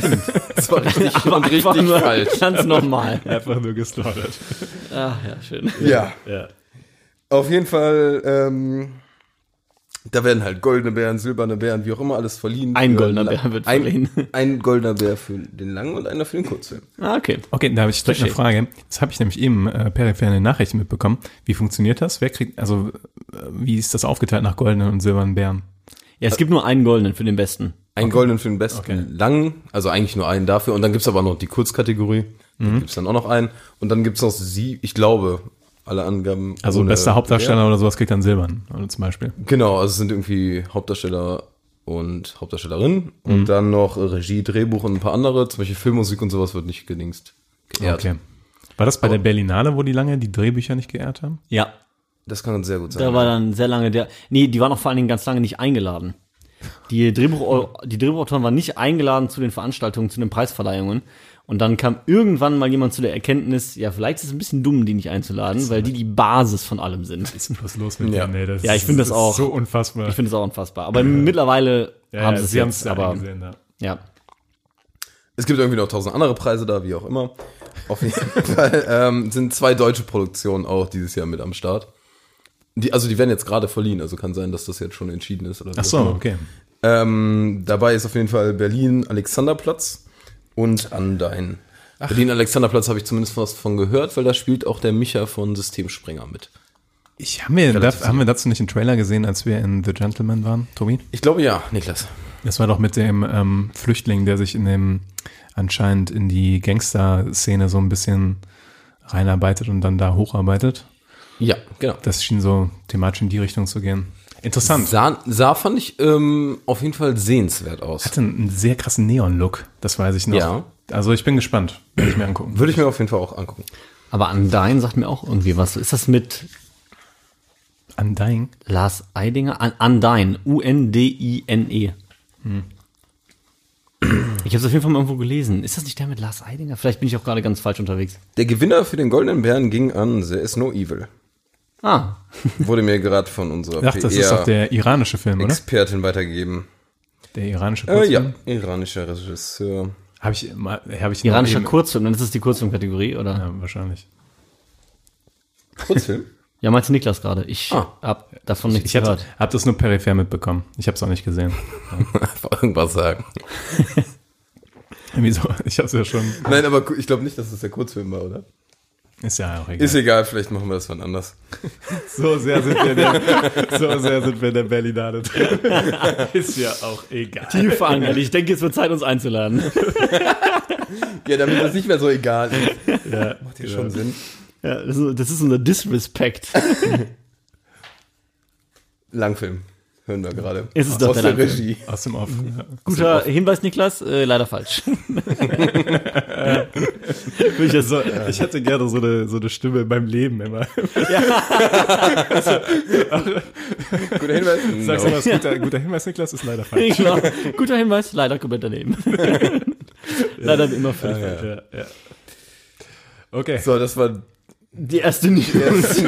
Speaker 6: das war richtig und richtig falsch.
Speaker 2: Ganz normal.
Speaker 1: Einfach nur geslaughtert. Ah,
Speaker 2: Ach ja, schön.
Speaker 6: Ja,
Speaker 1: Ja.
Speaker 6: auf jeden Fall. Ähm, da werden halt goldene Bären, silberne Bären, wie auch immer, alles verliehen.
Speaker 2: Ein
Speaker 6: Für-
Speaker 2: goldener Bär wird verliehen.
Speaker 6: Ein, ein goldener Bär für den langen und einer für den Kurzfilm.
Speaker 2: Ah, okay.
Speaker 1: Okay, da habe ich direkt eine Frage. Das habe ich nämlich eben äh, peripher in den Nachrichten mitbekommen. Wie funktioniert das? Wer kriegt, also äh, wie ist das aufgeteilt nach goldenen und silbernen Bären?
Speaker 2: Ja, es gibt nur einen goldenen für den besten.
Speaker 6: Einen goldenen für den besten langen, also eigentlich nur einen dafür. Und dann gibt's aber noch die Kurzkategorie.
Speaker 1: Mhm.
Speaker 6: Da gibt's dann auch noch einen. Und dann gibt's noch sie, ich glaube, alle Angaben.
Speaker 1: Also
Speaker 6: ohne-
Speaker 1: bester Hauptdarsteller oder sowas kriegt dann Silbern also zum Beispiel.
Speaker 6: Genau, also es sind irgendwie Hauptdarsteller und Hauptdarstellerin
Speaker 1: Mhm.
Speaker 6: und dann noch Regie, Drehbuch und ein paar andere, zum Beispiel Filmmusik und sowas wird nicht gedingst. geehrt.
Speaker 1: Okay. War
Speaker 6: Oh.
Speaker 1: das bei der Berlinale, wo die lange die Drehbücher nicht geehrt haben?
Speaker 2: Ja.
Speaker 6: Das kann sehr gut sein.
Speaker 2: Da war dann sehr lange der. Nee, die waren auch vor allen Dingen ganz lange nicht eingeladen. Die, Drehbuch, die Drehbuchautoren waren nicht eingeladen zu den Veranstaltungen, zu den Preisverleihungen. Und dann kam irgendwann mal jemand zu der Erkenntnis, ja, vielleicht ist es ein bisschen dumm, die nicht einzuladen, weil die
Speaker 1: halt
Speaker 2: die Basis von allem sind. Ich
Speaker 1: Was ist los mit
Speaker 6: Ja.
Speaker 1: denen, ey? Das
Speaker 2: Ja, ich
Speaker 1: ist-
Speaker 2: finde das
Speaker 1: ist
Speaker 2: auch.
Speaker 1: so unfassbar.
Speaker 2: finde es auch unfassbar. Aber mittlerweile
Speaker 1: Ja,
Speaker 2: haben
Speaker 1: ja,
Speaker 2: sie es
Speaker 1: sie haben's
Speaker 2: jetzt,
Speaker 1: ja
Speaker 2: aber
Speaker 1: eingesehen, ja.
Speaker 2: ja.
Speaker 6: Es gibt irgendwie noch tausend andere Preise da, wie auch immer. Auf jeden Fall ähm, sind zwei deutsche Produktionen auch dieses Jahr mit am Start. Die, also die werden jetzt gerade verliehen, also kann sein, dass das jetzt schon entschieden ist. Oder wie
Speaker 1: Ach
Speaker 6: auch
Speaker 1: so,
Speaker 6: immer.
Speaker 1: okay.
Speaker 6: Ähm, dabei ist auf jeden Fall Berlin Alexanderplatz und Andein. Berlin Alexanderplatz habe ich zumindest was von gehört, weil da spielt auch der Micha von Systemsprenger mit.
Speaker 1: Ich, haben, wir, da, haben wir dazu nicht einen Trailer gesehen, als wir in The Gentleman waren, Tobi?
Speaker 6: Ich glaube ja, Niklas.
Speaker 1: Das war doch mit dem ähm, Flüchtling, der sich in dem anscheinend in die Gangster-Szene so ein bisschen reinarbeitet und dann da hocharbeitet.
Speaker 6: Ja, genau.
Speaker 1: Das schien so thematisch in die Richtung zu gehen. Interessant.
Speaker 6: Sah, sah fand ich ähm, auf jeden Fall sehenswert aus.
Speaker 1: Hatte einen sehr krassen Neon-Look, das weiß ich noch.
Speaker 6: Ja.
Speaker 1: Also ich bin gespannt, werde ich mir angucken.
Speaker 6: Würde ich mir auf jeden Fall auch angucken.
Speaker 2: Aber an dein sagt mir auch irgendwie was. Ist das mit
Speaker 1: Undying.
Speaker 2: Lars Eidinger? An, an dein. U-N-D-I-N-E. E. Hm. Ich habe es auf jeden Fall mal irgendwo gelesen. Ist das nicht der mit Lars Eidinger? Vielleicht bin ich auch gerade ganz falsch unterwegs.
Speaker 6: Der Gewinner für den Goldenen Bären ging an There is no evil.
Speaker 2: Ah,
Speaker 6: Wurde mir gerade von unserer
Speaker 1: Ach, das ist doch der iranische Film, oder?
Speaker 6: PR-Expertin weitergegeben.
Speaker 1: Der iranische
Speaker 6: Äh,
Speaker 1: Kurzfilm.
Speaker 6: ja, iranischer Regisseur.
Speaker 1: Habe ich, mal- hab ich noch
Speaker 2: iranischer
Speaker 1: eben-
Speaker 2: Kurzfilm. Dann ist das die Kurzfilmkategorie, oder? Ja,
Speaker 1: Ja, wahrscheinlich.
Speaker 6: Kurzfilm?
Speaker 2: meinte Niklas gerade. Ich
Speaker 6: Ah.
Speaker 2: hab davon nichts
Speaker 1: Ich habe
Speaker 2: gehört.
Speaker 1: hab das nur peripher mitbekommen. Ich habe es auch nicht gesehen.
Speaker 6: Einfach irgendwas sagen.
Speaker 1: Wieso? Ich habe es ja schon.
Speaker 6: Nein, aber gu- ich glaube nicht, dass es der Kurzfilm war, oder?
Speaker 1: Ist ja auch egal.
Speaker 6: Ist egal, vielleicht machen wir das wann anders.
Speaker 1: So sehr sind wir der, so sehr sind wir der Berlinale. Ist ja auch egal.
Speaker 2: Tief verankert. Ich denke, es wird Zeit, uns einzuladen.
Speaker 6: Ja, damit das nicht mehr so egal ist. Macht hier schon Sinn.
Speaker 2: Ja, das ist, das ist unser Disrespect.
Speaker 6: Langfilm hören wir gerade.
Speaker 2: Es ist doch
Speaker 6: Aus
Speaker 2: der
Speaker 6: der,
Speaker 2: Langfilm.
Speaker 6: Regie.
Speaker 1: Aus dem Off. Ja.
Speaker 2: Guter Hinweis, Niklas. Äh, leider falsch. Würde ich jetzt so,
Speaker 1: äh, Ich hätte gerne so eine, so eine Stimme beim Leben immer.
Speaker 6: Guter Hinweis.
Speaker 1: Sagst du
Speaker 6: No.
Speaker 1: was? Guter, guter Hinweis, Niklas, ist leider falsch.
Speaker 2: genau. Guter Hinweis, leider komplett daneben. leider wie immer völlig falsch.
Speaker 1: Ja, ja. Okay.
Speaker 6: So, das war.
Speaker 2: Die erste News.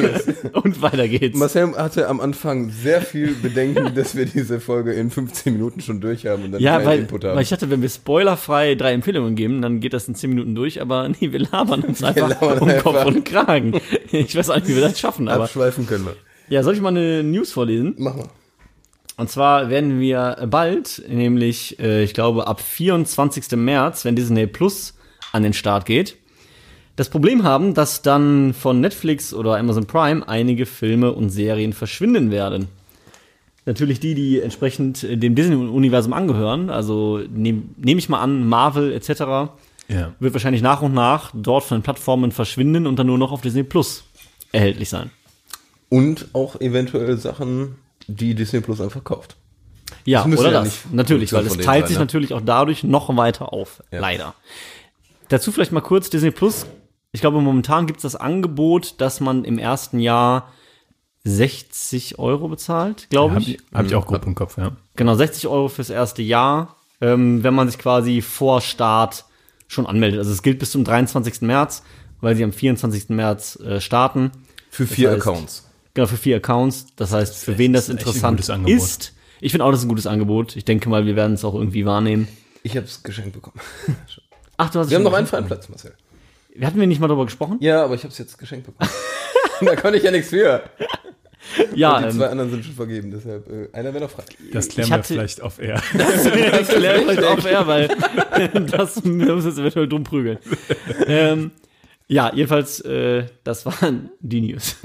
Speaker 2: Und weiter geht's.
Speaker 6: Marcel hatte am Anfang sehr viel Bedenken, dass wir diese Folge in 15 Minuten schon durch haben und dann
Speaker 2: ja,
Speaker 6: keinen
Speaker 2: weil,
Speaker 6: Input haben.
Speaker 2: weil ich hatte, wenn wir spoilerfrei drei Empfehlungen geben, dann geht das in zehn Minuten durch, aber nee, wir labern uns einfach
Speaker 6: labern
Speaker 2: um Kopf
Speaker 6: einfach.
Speaker 2: und Kragen. Ich weiß auch nicht, wie wir das schaffen, aber.
Speaker 6: Abschweifen können wir.
Speaker 2: Ja, soll ich mal eine News vorlesen?
Speaker 6: Mach mal.
Speaker 2: Und zwar werden wir bald, nämlich äh, ich glaube ab 24. März, wenn Disney Plus an den Start geht, das Problem haben, dass dann von Netflix oder Amazon Prime einige Filme und Serien verschwinden werden. Natürlich die, die entsprechend äh, dem Disney-Universum angehören, also nehme nehm ich mal an, Marvel etc.,
Speaker 1: Ja.
Speaker 2: wird wahrscheinlich nach und nach dort von den Plattformen verschwinden und dann nur noch auf Disney Plus erhältlich sein.
Speaker 6: Und auch eventuell Sachen, die Disney Plus einfach kauft.
Speaker 2: Ja,
Speaker 6: müssen
Speaker 2: oder
Speaker 6: ja
Speaker 2: das.
Speaker 6: nicht
Speaker 2: Natürlich, weil es
Speaker 6: von denen
Speaker 2: teilt
Speaker 6: sein,
Speaker 2: sich
Speaker 6: ne?
Speaker 2: natürlich auch dadurch noch weiter auf.
Speaker 6: Ja.
Speaker 2: Leider. Dazu vielleicht mal kurz Disney Plus. Ich glaube, momentan gibt es das Angebot, dass man im ersten Jahr 60 Euro bezahlt, glaube
Speaker 1: Habe
Speaker 2: ich.
Speaker 1: ich, hab ich auch grob im Kopf, ja.
Speaker 2: Genau, 60 Euro fürs erste Jahr, ähm, wenn man sich quasi vor Start schon anmeldet. Also es gilt bis zum 23. März, weil sie am 24. März äh, starten.
Speaker 6: Für vier
Speaker 2: heißt-
Speaker 6: Accounts.
Speaker 2: Genau, für vier Accounts. Das heißt, für wen
Speaker 1: ist
Speaker 2: das
Speaker 1: echt ein
Speaker 2: interessant
Speaker 1: gutes Angebot.
Speaker 2: ist. Ich finde auch, das ist ein gutes Angebot. Ich denke mal, wir werden es auch irgendwie wahrnehmen.
Speaker 6: Ich habe es geschenkt bekommen.
Speaker 2: Ach, du hast es
Speaker 6: Wir
Speaker 2: schon
Speaker 6: haben noch einen freien Platz, Marcel.
Speaker 2: gesehen. Hatten wir nicht mal darüber gesprochen?
Speaker 6: Ja, aber ich habe es jetzt geschenkt bekommen. da konnte ich ja nichts für.
Speaker 2: Ja,
Speaker 6: Die
Speaker 2: ähm,
Speaker 6: zwei anderen sind schon vergeben, deshalb äh, einer wäre noch frei.
Speaker 1: Das klären
Speaker 2: Ich
Speaker 1: wir
Speaker 2: hatte-
Speaker 1: vielleicht auf Air.
Speaker 2: das klären wir vielleicht auf, ja, weil das wir müssen wir uns jetzt eventuell drum prügeln. Ähm, Ja, jedenfalls, äh, das waren die News.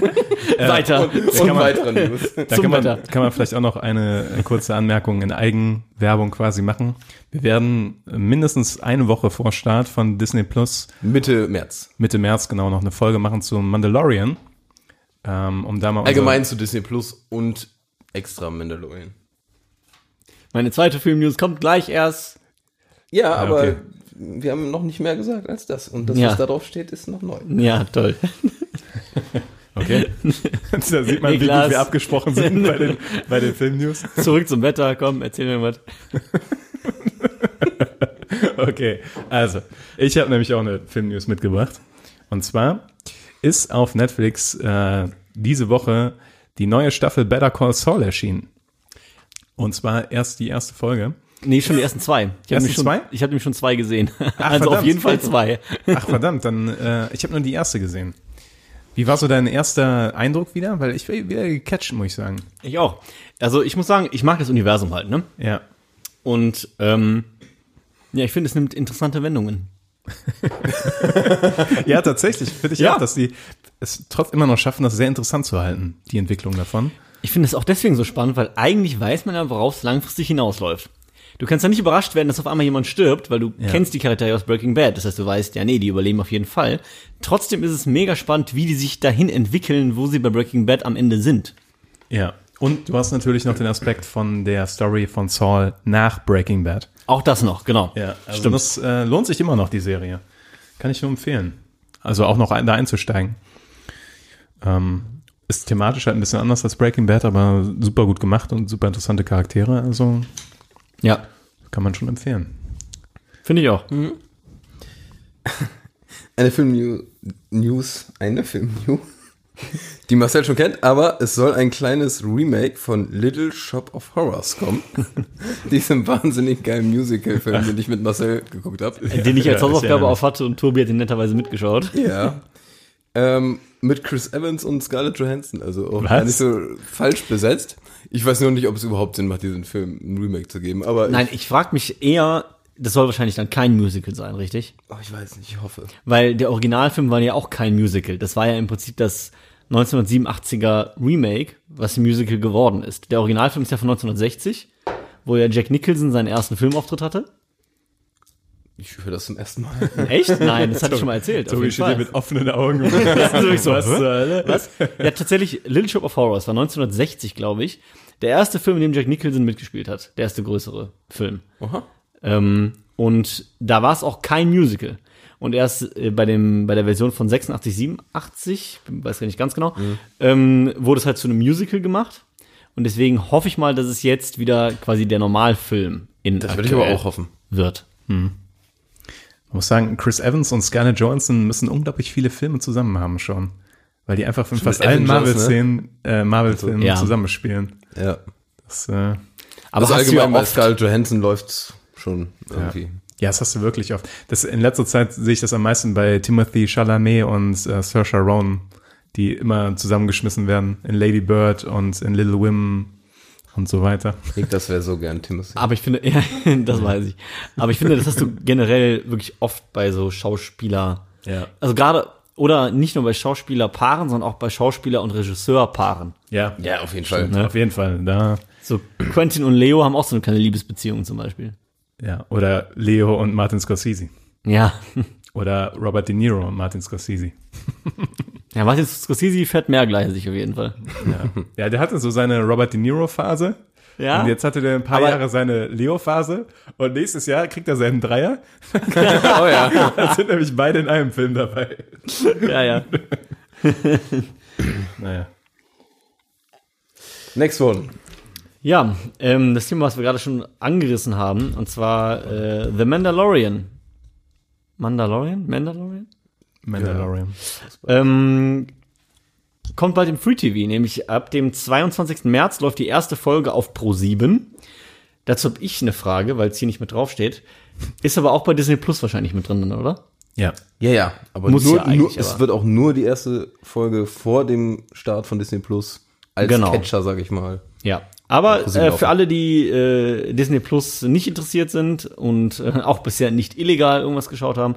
Speaker 2: Weiter.
Speaker 6: Und weitere News.
Speaker 1: Da
Speaker 2: Zum
Speaker 1: kann man,
Speaker 2: Wetter.
Speaker 1: kann man vielleicht auch noch eine, eine kurze Anmerkung in Eigenwerbung quasi machen. Wir werden mindestens eine Woche vor Start von Disney Plus
Speaker 6: Mitte März.
Speaker 1: Mitte März genau noch eine Folge machen zu Mandalorian. Ähm, um da mal unsere-
Speaker 6: Allgemein zu Disney Plus und extra Mandalorian.
Speaker 2: Meine zweite Film-News kommt gleich erst.
Speaker 6: Ja, aber
Speaker 1: okay.
Speaker 6: wir haben noch nicht mehr gesagt als das. Und das,
Speaker 2: Ja.
Speaker 6: was da drauf steht, ist noch neu.
Speaker 2: Ja, toll.
Speaker 1: Okay. da sieht man, wie
Speaker 2: Niklas.
Speaker 1: gut wir abgesprochen sind bei den, bei den Filmnews.
Speaker 2: Zurück zum Wetter, komm, erzähl mir was.
Speaker 1: Okay, also, ich habe nämlich auch eine Filmnews mitgebracht. Und zwar ist auf Netflix äh, diese Woche die neue Staffel Better Call Saul erschienen. Und zwar erst die erste Folge.
Speaker 2: Nee, schon die ersten zwei. Ich habe
Speaker 1: Ersten
Speaker 2: nämlich schon,
Speaker 1: zwei?
Speaker 2: Ich hab nämlich schon zwei gesehen. also
Speaker 1: verdammt.
Speaker 2: auf jeden Fall zwei.
Speaker 1: Ach verdammt, dann äh, ich habe nur die erste gesehen. Wie war so dein erster Eindruck wieder? Weil ich war wieder gecatcht, muss ich sagen.
Speaker 2: Ich auch. Also ich muss sagen, ich mag das Universum halt, ne?
Speaker 1: Ja.
Speaker 2: Und ähm, ja, ich finde, es nimmt interessante Wendungen.
Speaker 1: Ja, tatsächlich. Finde ich
Speaker 2: Ja.
Speaker 1: auch, dass die es trotz immer noch schaffen, das sehr interessant zu halten, die Entwicklung davon.
Speaker 2: Ich finde es auch deswegen so spannend, weil eigentlich weiß man ja, worauf es langfristig hinausläuft. Du kannst ja nicht überrascht werden, dass auf einmal jemand stirbt, weil du kennst die Charaktere aus Breaking Bad. Das heißt, du weißt, ja, nee, die überleben auf jeden Fall. Trotzdem ist es mega spannend, wie die sich dahin entwickeln, wo sie bei Breaking Bad am Ende sind.
Speaker 1: Ja. Und du hast natürlich noch den Aspekt von der Story von Saul nach Breaking Bad.
Speaker 2: Auch das noch, genau.
Speaker 1: also
Speaker 2: stimmt.
Speaker 1: Das äh, lohnt sich immer noch, die Serie. Kann ich nur empfehlen. Also auch noch ein, da einzusteigen. Ähm, ist thematisch halt ein bisschen anders als Breaking Bad, aber super gut gemacht und super interessante Charaktere. Also
Speaker 2: ja,
Speaker 1: kann man schon empfehlen.
Speaker 2: finde ich auch.
Speaker 6: Eine Film-News, eine Film-News, die Marcel schon kennt, aber es soll ein kleines Remake von Little Shop of Horrors kommen. Diesen wahnsinnig geilen Musical-Film, den ich mit Marcel geguckt habe.
Speaker 2: Den ich als
Speaker 1: Ja, ich
Speaker 2: Hausaufgabe
Speaker 1: erinnere mich.
Speaker 2: auf hatte und Tobi hat ihn netterweise mitgeschaut.
Speaker 6: Ja. Ähm, mit Chris Evans und Scarlett Johansson, also auch
Speaker 1: Was?
Speaker 6: gar nicht so falsch besetzt. Ich weiß nur nicht, ob es überhaupt Sinn macht, diesen Film ein Remake zu geben, aber
Speaker 2: Nein, ich frage mich eher, das soll wahrscheinlich dann kein Musical sein, richtig?
Speaker 6: Ich, oh, ich weiß nicht, ich hoffe.
Speaker 2: Weil der Originalfilm war ja auch kein Musical. Das war ja im Prinzip das 1987er Remake, was ein Musical geworden ist. Der Originalfilm ist ja von 1960, wo ja Jack Nicholson seinen ersten Filmauftritt hatte.
Speaker 6: Ich höre das zum ersten Mal.
Speaker 2: Echt? Nein, das hatte ich schon mal erzählt. auf jeden Fall.
Speaker 1: offenen Augen.
Speaker 2: Das ist wirklich so, was zur Hölle? Was? Ja, tatsächlich, Little Shop of Horrors war 1960, glaube ich, der erste Film, in dem Jack Nicholson mitgespielt hat. Der erste größere Film.
Speaker 6: Aha.
Speaker 2: Ähm, und da war es auch kein Musical. Und erst äh, bei, dem, bei der Version von 86, 87, weiß gar nicht ganz genau,
Speaker 6: Mhm.
Speaker 2: ähm, wurde es halt zu einem Musical gemacht. Und deswegen hoffe ich mal, dass es jetzt wieder quasi der Normalfilm in
Speaker 6: Das würde ich aber auch hoffen.
Speaker 2: wird.
Speaker 1: Man muss sagen, Chris Evans und Scarlett Johansson müssen unglaublich viele Filme zusammen haben schon. Weil die einfach in fast allen
Speaker 6: Avengers,
Speaker 1: Marvel-Szenen, äh, Marvel-Filmen
Speaker 2: Ja.
Speaker 1: zusammenspielen.
Speaker 6: Ja.
Speaker 1: Das, äh,
Speaker 2: Aber
Speaker 6: Das
Speaker 2: hast du ja
Speaker 6: allgemein bei
Speaker 2: oft,
Speaker 6: Scarlett Johansson läuft schon irgendwie.
Speaker 1: ja, das hast du wirklich oft. Das, in letzter Zeit sehe ich das am meisten bei Timothy Chalamet und äh, Saoirse Ronan, die immer zusammengeschmissen werden in Lady Bird und in Little Women und so weiter.
Speaker 6: Nick, das wäre so gern Timothy.
Speaker 2: aber ich finde, ja, das weiß ich. Aber ich finde, das hast du generell wirklich oft bei so Schauspieler.
Speaker 1: Ja.
Speaker 2: Also gerade, oder nicht nur bei Schauspielerpaaren, sondern auch bei Schauspieler- und Regisseurpaaren.
Speaker 1: Ja,
Speaker 6: Ja, auf jeden Fall.
Speaker 1: auf jeden Fall. Da,
Speaker 2: So Quentin und Leo haben auch so eine kleine Liebesbeziehung zum Beispiel.
Speaker 1: ja. Oder Leo und Martin Scorsese.
Speaker 2: Ja.
Speaker 1: Oder Robert De Niro und Martin Scorsese.
Speaker 2: Ja, Martin Scorsese fährt mehrgleisig auf jeden Fall.
Speaker 1: Ja, der hatte so seine Robert De Niro-Phase.
Speaker 2: Ja.
Speaker 1: Und jetzt hatte der ein paar
Speaker 2: Aber-
Speaker 1: Jahre seine Leo-Phase und nächstes Jahr kriegt er seinen Dreier.
Speaker 6: Oh ja.
Speaker 1: Da sind nämlich beide in einem Film dabei.
Speaker 2: Ja, ja.
Speaker 1: Naja.
Speaker 6: Next one.
Speaker 2: Ja, ähm, das Thema, was wir gerade schon angerissen haben, und zwar äh, The Mandalorian. Mandalorian? Mandalorian?
Speaker 1: Mandalorian.
Speaker 2: Ähm, kommt bald im Free TV, nämlich ab dem 22. März läuft die erste Folge auf Pro 7. Dazu habe ich eine Frage, weil es hier nicht mit draufsteht. Ist aber auch bei Disney Plus wahrscheinlich mit drin, oder?
Speaker 1: Ja.
Speaker 6: Ja, ja. Aber
Speaker 2: Muss
Speaker 6: nur,
Speaker 2: ja eigentlich,
Speaker 6: nur
Speaker 2: aber-
Speaker 6: es wird auch nur die erste Folge vor dem Start von Disney Plus als
Speaker 2: Genau.
Speaker 6: Catcher, sag ich mal.
Speaker 2: Ja. Aber
Speaker 6: ProSieben
Speaker 2: äh,
Speaker 6: laufen.
Speaker 2: für alle, die äh, Disney Plus nicht interessiert sind und äh, auch bisher nicht illegal irgendwas geschaut haben,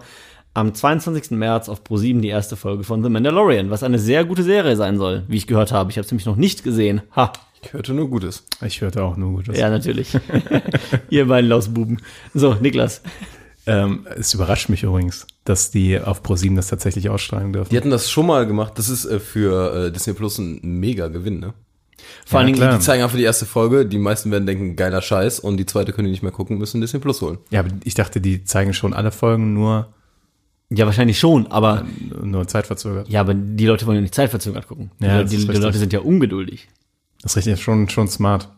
Speaker 2: am 22. März auf ProSieben die erste Folge von The Mandalorian, was eine sehr gute Serie sein soll, wie ich gehört habe. Ich habe es nämlich noch nicht gesehen. Ha.
Speaker 6: Ich hörte nur Gutes.
Speaker 1: Ich hörte auch nur Gutes.
Speaker 2: Ja, natürlich. Ihr beiden Lausbuben. So, Niklas.
Speaker 1: Ähm, es überrascht mich übrigens, dass die auf ProSieben das tatsächlich ausstrahlen dürfen.
Speaker 6: Die hatten das schon mal gemacht. Das ist äh, für äh, Disney Plus ein mega Gewinn, ne?
Speaker 2: Vor allen
Speaker 1: Ja,
Speaker 2: Dingen,
Speaker 1: klar.
Speaker 6: Die zeigen einfach die erste Folge. Die meisten werden denken, geiler Scheiß. Und die zweite können die nicht mehr gucken, müssen Disney Plus holen.
Speaker 1: Ja, aber ich dachte, die zeigen schon alle Folgen nur,
Speaker 2: ja, wahrscheinlich schon, aber
Speaker 1: nur zeitverzögert.
Speaker 2: ja, aber die Leute wollen ja nicht zeitverzögert gucken. Die,
Speaker 1: Ja,
Speaker 2: Leute-
Speaker 1: das
Speaker 2: die,
Speaker 1: ist
Speaker 2: die
Speaker 1: richtig.
Speaker 2: Leute sind ja ungeduldig.
Speaker 1: Das ist richtig, schon, schon smart.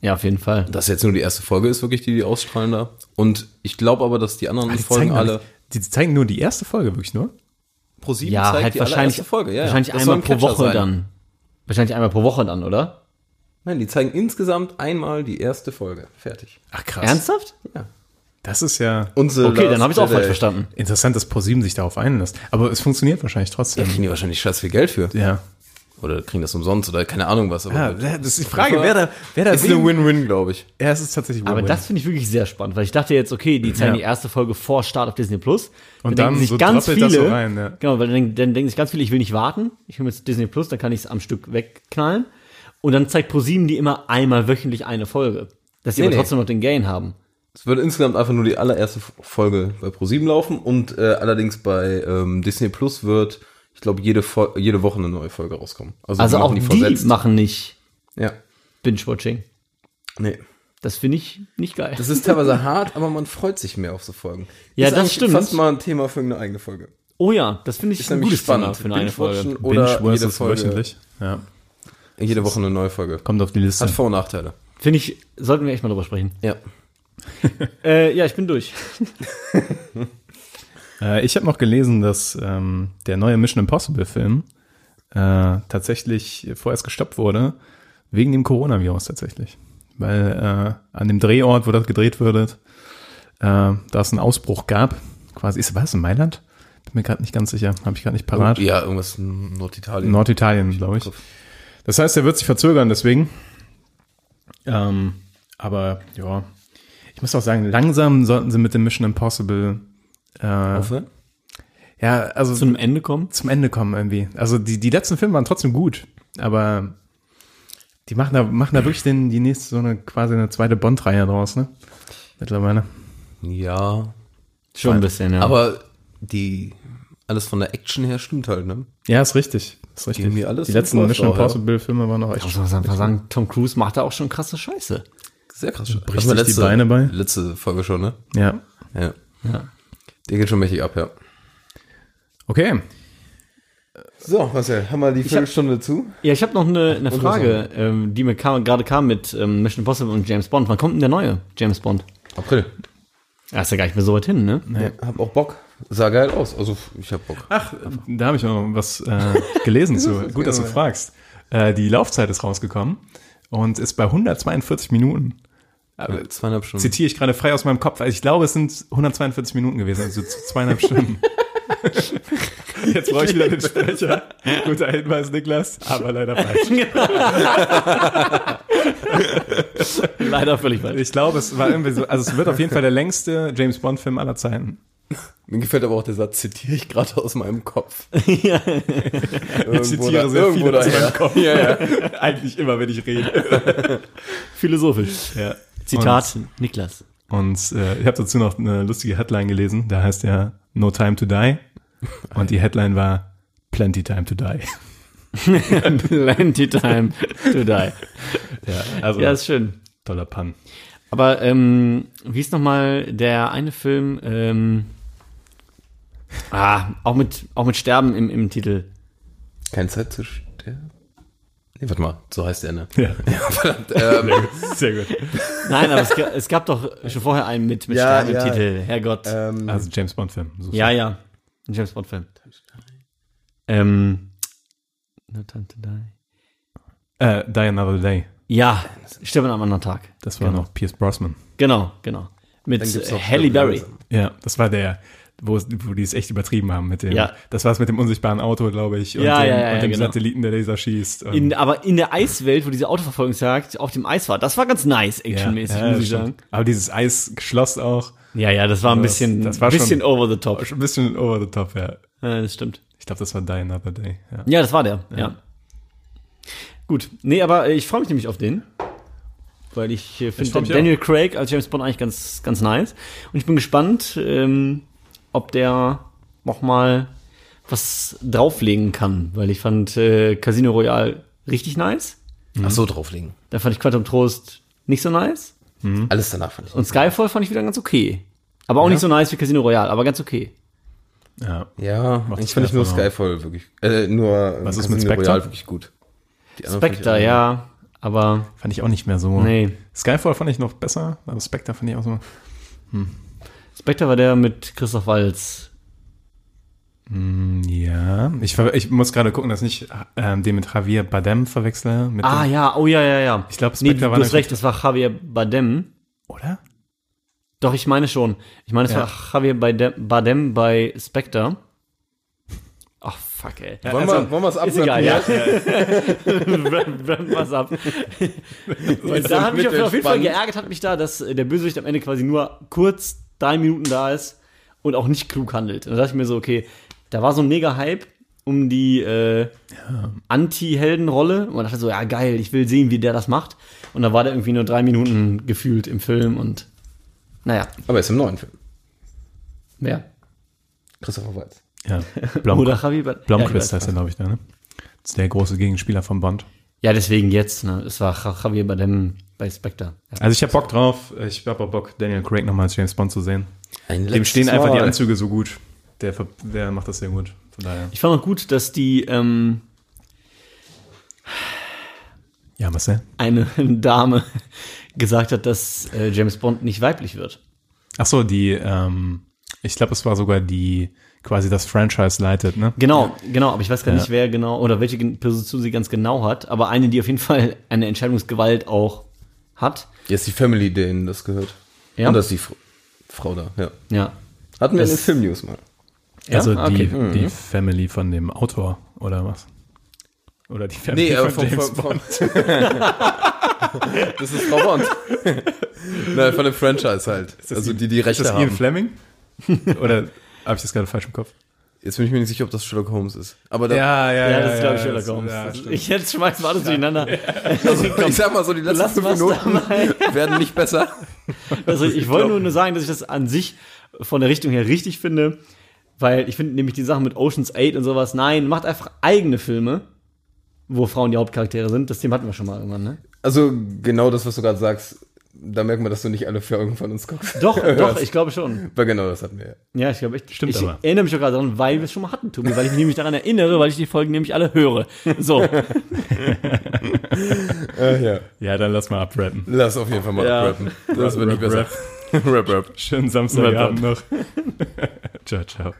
Speaker 2: Ja, auf jeden Fall.
Speaker 6: Dass jetzt nur die erste Folge ist, wirklich die, die ausstrahlen da. Und ich glaube aber, dass die
Speaker 2: Ah,
Speaker 6: anderen
Speaker 1: Die
Speaker 6: Folgen
Speaker 1: zeigen, gar
Speaker 6: alle
Speaker 1: nicht- die zeigen nur die erste Folge, wirklich nur.
Speaker 6: pro sieben
Speaker 2: Ja, halt
Speaker 6: die
Speaker 2: wahrscheinlich,
Speaker 6: allererste Folge. Ja, ja.
Speaker 2: wahrscheinlich
Speaker 6: Das soll
Speaker 2: einmal
Speaker 6: ein
Speaker 2: pro
Speaker 6: Catcher
Speaker 2: Woche
Speaker 6: sein.
Speaker 2: dann. Wahrscheinlich einmal pro Woche dann, oder?
Speaker 6: Nein, die zeigen insgesamt einmal die erste Folge. Fertig.
Speaker 1: Ach krass.
Speaker 2: Ernsthaft?
Speaker 1: Das ist ja
Speaker 6: Unsere
Speaker 2: Okay, dann habe ich es auch falsch
Speaker 6: Last
Speaker 2: verstanden.
Speaker 1: interessant, dass ProSieben sich darauf einlässt. Aber es funktioniert wahrscheinlich
Speaker 6: Da
Speaker 1: trotzdem.
Speaker 6: kriegen die wahrscheinlich scheiß viel Geld für.
Speaker 1: Ja.
Speaker 6: Oder kriegen das umsonst oder keine Ahnung was. Aber
Speaker 1: Ja, das ist die Frage, wer da, wer da
Speaker 6: ist eine Win-Win, glaube ich.
Speaker 1: Ja, es ist tatsächlich
Speaker 2: Aber
Speaker 1: Win-Win.
Speaker 2: das finde ich wirklich sehr spannend, weil ich dachte jetzt, okay, die zeigen
Speaker 1: Ja.
Speaker 2: die erste Folge vor Start auf Disney Plus.
Speaker 1: Und dann so doppelt das so rein, ja.
Speaker 2: Genau, weil dann, dann denken sich ganz viele, ich will nicht warten, ich nehme jetzt Disney Plus, dann kann ich es am Stück wegknallen. Und dann zeigt ProSieben die immer einmal wöchentlich eine Folge. Dass sie
Speaker 6: Nee,
Speaker 2: aber
Speaker 6: nee.
Speaker 2: trotzdem noch den Gain haben.
Speaker 6: Es würde insgesamt einfach nur die allererste Folge bei ProSieben laufen und äh, allerdings bei ähm, Disney Plus wird, ich glaube, jede, Fol- jede Woche eine neue Folge rauskommen.
Speaker 2: Also
Speaker 6: die
Speaker 2: auch
Speaker 6: machen
Speaker 2: die
Speaker 6: versetzt.
Speaker 2: machen nicht
Speaker 6: Ja.
Speaker 2: Binge-Watching.
Speaker 6: Nee.
Speaker 2: Das finde ich nicht geil.
Speaker 6: Das ist teilweise hart, aber man freut sich mehr auf so Folgen.
Speaker 2: Ja, das
Speaker 6: eigentlich
Speaker 2: stimmt.
Speaker 6: Fast mal ein Thema für eine eigene Folge.
Speaker 2: oh ja, das finde ich
Speaker 6: Ist
Speaker 2: ein
Speaker 6: nämlich
Speaker 2: gutes Thema
Speaker 6: spannend.
Speaker 2: für eine Folge.
Speaker 6: Binge-watchen oder
Speaker 1: Binge
Speaker 6: jede
Speaker 1: versus
Speaker 6: Folge,
Speaker 1: wöchentlich. Ja.
Speaker 6: jede Woche eine neue Folge.
Speaker 1: Kommt auf die Liste.
Speaker 6: Hat Vor- und Nachteile.
Speaker 2: Finde ich, sollten wir echt mal drüber sprechen.
Speaker 6: Ja.
Speaker 2: Äh, ja, ich bin durch.
Speaker 1: Äh, ich habe noch gelesen, dass ähm, der neue Mission Impossible Film äh, tatsächlich vorerst gestoppt wurde, wegen dem Coronavirus tatsächlich. Weil äh, an dem Drehort, wo das gedreht wurde, äh, da es einen Ausbruch gab, quasi, ist, war es in Mailand? Bin mir gerade nicht ganz sicher, habe ich gerade nicht parat.
Speaker 6: Oh, Ja, irgendwas in Norditalien.
Speaker 1: Norditalien, glaube ich. Das heißt, er wird sich verzögern, deswegen. Ähm, aber ja, ich muss auch sagen, langsam sollten sie mit dem Mission Impossible äh,
Speaker 6: Hoffe.
Speaker 1: ja, also
Speaker 2: Zu
Speaker 1: zum,
Speaker 2: einem Ende kommen.
Speaker 1: Ende kommen irgendwie. Also die, die letzten Filme waren trotzdem gut, aber die machen da, machen da wirklich den, die nächste, so eine quasi eine zweite Bond-Reihe draus, ne? Mittlerweile.
Speaker 6: Ja.
Speaker 2: Schon ein bisschen, ja.
Speaker 6: Aber die, alles von der Action her stimmt halt, ne?
Speaker 1: Ja, ist richtig. Ist richtig.
Speaker 6: Irgendwie alles
Speaker 1: die letzten
Speaker 6: super
Speaker 1: Mission
Speaker 6: auch, ja.
Speaker 1: Impossible-Filme waren auch echt
Speaker 2: muss man einfach sagen, Tom Cruise macht da auch schon krasse Scheiße.
Speaker 6: Sehr krass. Bricht
Speaker 1: sich die Beine bei?
Speaker 6: Letzte Folge schon, ne?
Speaker 1: Ja.
Speaker 6: Ja. Der geht schon mächtig ab, ja.
Speaker 1: Okay.
Speaker 6: So, Marcel, haben wir die Viertelstunde zu?
Speaker 2: Ja, ich habe noch eine, eine Frage, ähm, die mir kam, gerade kam mit ähm, Mission Impossible und James Bond. Wann kommt denn der neue James Bond?
Speaker 6: April.
Speaker 2: Ja, ist ja gar nicht mehr so weit hin, ne?
Speaker 6: Ja, hab auch Bock. Sah geil aus. Also, ich hab Bock.
Speaker 1: Ach, da habe ich noch was äh, gelesen zu. Gut, dass du fragst. Äh, die Laufzeit ist rausgekommen und ist bei 142 Minuten.
Speaker 6: Ja, zweieinhalb Stunden.
Speaker 1: Zitiere ich gerade frei aus meinem Kopf. Also ich glaube, es sind 142 Minuten gewesen, also zu zweieinhalb Stunden. Jetzt brauche ich wieder den Sprecher. Guter Hinweis, Niklas, aber leider falsch.
Speaker 2: Leider völlig weit.
Speaker 1: Ich glaube, es war irgendwie so, also es wird auf jeden Fall der längste James Bond-Film aller Zeiten.
Speaker 6: Mir gefällt aber auch der Satz, zitiere ich gerade aus meinem Kopf.
Speaker 2: ja.
Speaker 6: Irgendwo
Speaker 1: zitiere
Speaker 6: da-
Speaker 1: sehr
Speaker 6: irgendwo
Speaker 1: viel aus
Speaker 6: daher.
Speaker 1: meinem Kopf.
Speaker 6: Ja, ja.
Speaker 1: Eigentlich immer, wenn ich rede.
Speaker 2: Philosophisch.
Speaker 1: Ja.
Speaker 2: Zitat Niklas.
Speaker 1: Und äh, ich habe dazu noch eine lustige Headline gelesen, da heißt ja No Time to Die. Und die Headline war Plenty Time to Die.
Speaker 2: Plenty time to die.
Speaker 1: Ja, also
Speaker 2: Ja, ist schön.
Speaker 1: toller Pan.
Speaker 2: Aber ähm, wie ist nochmal der eine Film? Ähm, ah, auch mit, auch mit Sterben im, im Titel.
Speaker 6: Kein Zeit zu sterben. Nee, warte mal, so heißt der, ne?
Speaker 1: Ja,
Speaker 6: Verdammt, ähm,
Speaker 1: sehr gut.
Speaker 2: Nein, aber es, ga- es gab doch schon vorher einen mit, mit
Speaker 6: Ja,
Speaker 2: Sterben im
Speaker 6: ja.
Speaker 2: Titel. Herrgott.
Speaker 1: Also James Bond-Film. So
Speaker 2: Ja, ja. Ein James Bond-Film. Ähm. No Time to Die.
Speaker 1: Äh, Die Another Day.
Speaker 2: Ja, Sterben am anderen Tag.
Speaker 1: Das war noch Pierce Brosnan.
Speaker 2: Genau, genau. Mit
Speaker 6: gibt's
Speaker 2: äh,
Speaker 6: noch
Speaker 2: Halle Berry.
Speaker 1: Ja, das war der wo, es, wo die es echt übertrieben haben mit dem.
Speaker 2: Ja.
Speaker 1: Das war es mit dem unsichtbaren Auto, glaube ich, und
Speaker 2: Ja,
Speaker 1: dem,
Speaker 2: ja, ja,
Speaker 1: und
Speaker 2: ja,
Speaker 1: dem
Speaker 2: genau.
Speaker 1: Satelliten, der Laser schießt. Und
Speaker 2: In, aber in der Eiswelt, wo diese Autoverfolgungsjagd auf dem Eis war, das war ganz nice, actionmäßig, muss ich
Speaker 1: stimmt.
Speaker 2: sagen.
Speaker 1: Aber dieses Eisschloss auch,
Speaker 2: Ja, ja, das war ein
Speaker 1: Das-
Speaker 2: bisschen,
Speaker 1: das war
Speaker 2: bisschen
Speaker 1: schon-
Speaker 2: over the top.
Speaker 1: schon ein bisschen over the top, ja.
Speaker 2: Ja, das stimmt.
Speaker 1: Ich glaube, das war Die Another Day. Ja.
Speaker 2: Ja, das war der, ja. Gut. Nee, aber äh, ich freue mich nämlich auf den. Weil ich äh,
Speaker 1: Ich freu
Speaker 2: finde
Speaker 1: mich
Speaker 2: Daniel Craig als James Bond eigentlich ganz, ganz nice. Und ich bin gespannt, ähm, ob der nochmal was drauflegen kann. Weil ich fand äh, Casino Royale richtig nice.
Speaker 6: Ach so, drauflegen.
Speaker 2: Dann fand ich Quantum Trost nicht so nice.
Speaker 1: Hm?
Speaker 6: Alles danach fand ich.
Speaker 2: Und Skyfall fand ich wieder ganz okay. Aber auch nicht so nice wie Casino Royale, aber ganz okay.
Speaker 1: ja.
Speaker 6: Ja,
Speaker 1: das
Speaker 6: ich fand ich nur
Speaker 1: Skyfall
Speaker 6: Skyfall wirklich, äh, nur
Speaker 1: Was
Speaker 6: ähm,
Speaker 1: ist mit
Speaker 6: Casino
Speaker 1: Spectre?
Speaker 6: Royale wirklich gut. Die anderen fand ich
Speaker 2: Spectre,
Speaker 6: alle-
Speaker 2: ja. Aber
Speaker 1: Fand ich auch nicht mehr so.
Speaker 2: Nee.
Speaker 1: Skyfall fand ich noch besser, aber Spectre fand ich auch so.
Speaker 2: Spectre war der mit Christoph Walz.
Speaker 1: Ja, ich, ver- ich muss gerade gucken, dass ich nicht ähm, den mit Javier Bardem verwechsle. Mit
Speaker 2: Ah
Speaker 1: dem,
Speaker 2: ja, oh ja, ja, ja.
Speaker 1: Ich glaube,
Speaker 2: Nee,
Speaker 1: Spectre
Speaker 2: du
Speaker 1: war
Speaker 2: hast
Speaker 1: dann-
Speaker 2: recht, das war Javier Bardem.
Speaker 1: Oder?
Speaker 2: Doch, ich meine schon. Ich meine, es
Speaker 1: Ja.
Speaker 2: war Javier Bardem, Bardem bei Spectre. Ach, fuck, ey.
Speaker 6: Wollen wir, wollen wir es
Speaker 2: Ist egal,
Speaker 6: absagen?
Speaker 2: ja. Ramp ramp was ab. da hat mich auf jeden Fall geärgert, hat mich da, dass äh, der Bösewicht am Ende quasi nur kurz drei Minuten da ist und auch nicht klug handelt. Und da dachte ich mir so, okay, da war so ein mega Hype um die äh, Anti-Helden-Rolle. Und man dachte so, ja geil, ich will sehen, wie der das macht. Und da war der irgendwie nur drei Minuten gefühlt im Film und naja,
Speaker 6: Aber ist im neuen Film.
Speaker 2: mehr.
Speaker 6: Christopher Waltz.
Speaker 1: Ja. Blom,
Speaker 2: Oder Javi
Speaker 1: Blomquist
Speaker 2: ja, ich weiß.
Speaker 1: heißt er, glaube ich, da, ne? Das ist der große Gegenspieler von Bond.
Speaker 2: ja, deswegen jetzt, ne? Es war Ja- Javier Bardem bei Spectre. Ja.
Speaker 1: Also ich habe Bock drauf. Ich habe auch Bock, Daniel Craig nochmal als James Bond zu sehen.
Speaker 6: Ein
Speaker 1: Dem
Speaker 6: letztes
Speaker 1: stehen einfach die
Speaker 6: Mal.
Speaker 1: Anzüge so gut. Der, ver- der macht das sehr gut. Von daher.
Speaker 2: Ich fand auch gut, dass die ähm,
Speaker 1: Ja, Marcel?
Speaker 2: eine Dame gesagt hat, dass äh, James Bond nicht weiblich wird.
Speaker 1: Ach so, die, ähm, ich glaube, es war sogar die, quasi das Franchise leitet, ne?
Speaker 2: Genau, genau, aber ich weiß gar nicht, wer genau oder welche gen- Position sie ganz genau hat, aber eine, die auf jeden Fall eine Entscheidungsgewalt auch hat.
Speaker 6: Jetzt die Family, denen das gehört.
Speaker 2: Ja.
Speaker 6: Und das ist die Fr- Frau da, ja.
Speaker 2: Ja.
Speaker 6: Hatten wir in
Speaker 2: Das-
Speaker 6: den Film News mal.
Speaker 1: Also
Speaker 2: Ah,
Speaker 1: die,
Speaker 2: okay.
Speaker 1: die Family von dem Autor, oder was? Oder die Family
Speaker 6: Nee, aber
Speaker 1: von
Speaker 6: von,
Speaker 1: James
Speaker 6: von,
Speaker 1: Bond.
Speaker 6: von Das ist Frau Bond. Nein, von dem Franchise halt. Also die, die
Speaker 1: Ist
Speaker 6: Rechte
Speaker 1: das Ian
Speaker 6: haben.
Speaker 1: Fleming? Oder habe ich das gerade falsch im Kopf?
Speaker 6: Jetzt bin ich mir nicht sicher, ob das Sherlock Holmes ist. Aber da,
Speaker 1: Ja, ja,
Speaker 2: Ja, das ist, glaube ich,
Speaker 1: das-
Speaker 2: Sherlock Holmes.
Speaker 1: ja,
Speaker 2: Das-
Speaker 1: stimmt.
Speaker 2: ich jetzt schmeiß mal alles durcheinander.
Speaker 6: Also ich sag mal so, die letzten
Speaker 2: Lass
Speaker 6: fünf
Speaker 2: was
Speaker 6: Minuten
Speaker 2: dabei.
Speaker 6: werden nicht besser.
Speaker 2: Also ich wollte nur, nur sagen, dass ich das an sich von der Richtung her richtig finde, weil ich finde nämlich die Sachen mit Oceans 8 und sowas, nein, macht einfach eigene Filme, wo Frauen die Hauptcharaktere sind. Das Thema hatten wir schon mal irgendwann, ne?
Speaker 6: Also genau das, was du gerade sagst, da merkt man, dass du nicht alle Folgen von uns guckst.
Speaker 2: Doch, doch,
Speaker 6: Hörst.
Speaker 2: ich glaube schon.
Speaker 6: Weil genau das hatten wir. ja.
Speaker 2: Ja, ich glaube echt.
Speaker 1: Stimmt
Speaker 2: ich
Speaker 1: aber.
Speaker 2: erinnere mich auch gerade daran, weil wir es schon mal hatten, Tobi, weil ich mich nämlich daran erinnere, weil ich die Folgen nämlich alle höre. So,
Speaker 6: Äh, ja.
Speaker 1: Ja, dann lass mal abrappen.
Speaker 6: Lass auf jeden Fall mal
Speaker 2: Ja.
Speaker 6: rappen. Das wird nicht
Speaker 1: Rap,
Speaker 6: besser. Rap, rap.
Speaker 1: Schönen Samstagabend noch. ciao, ciao.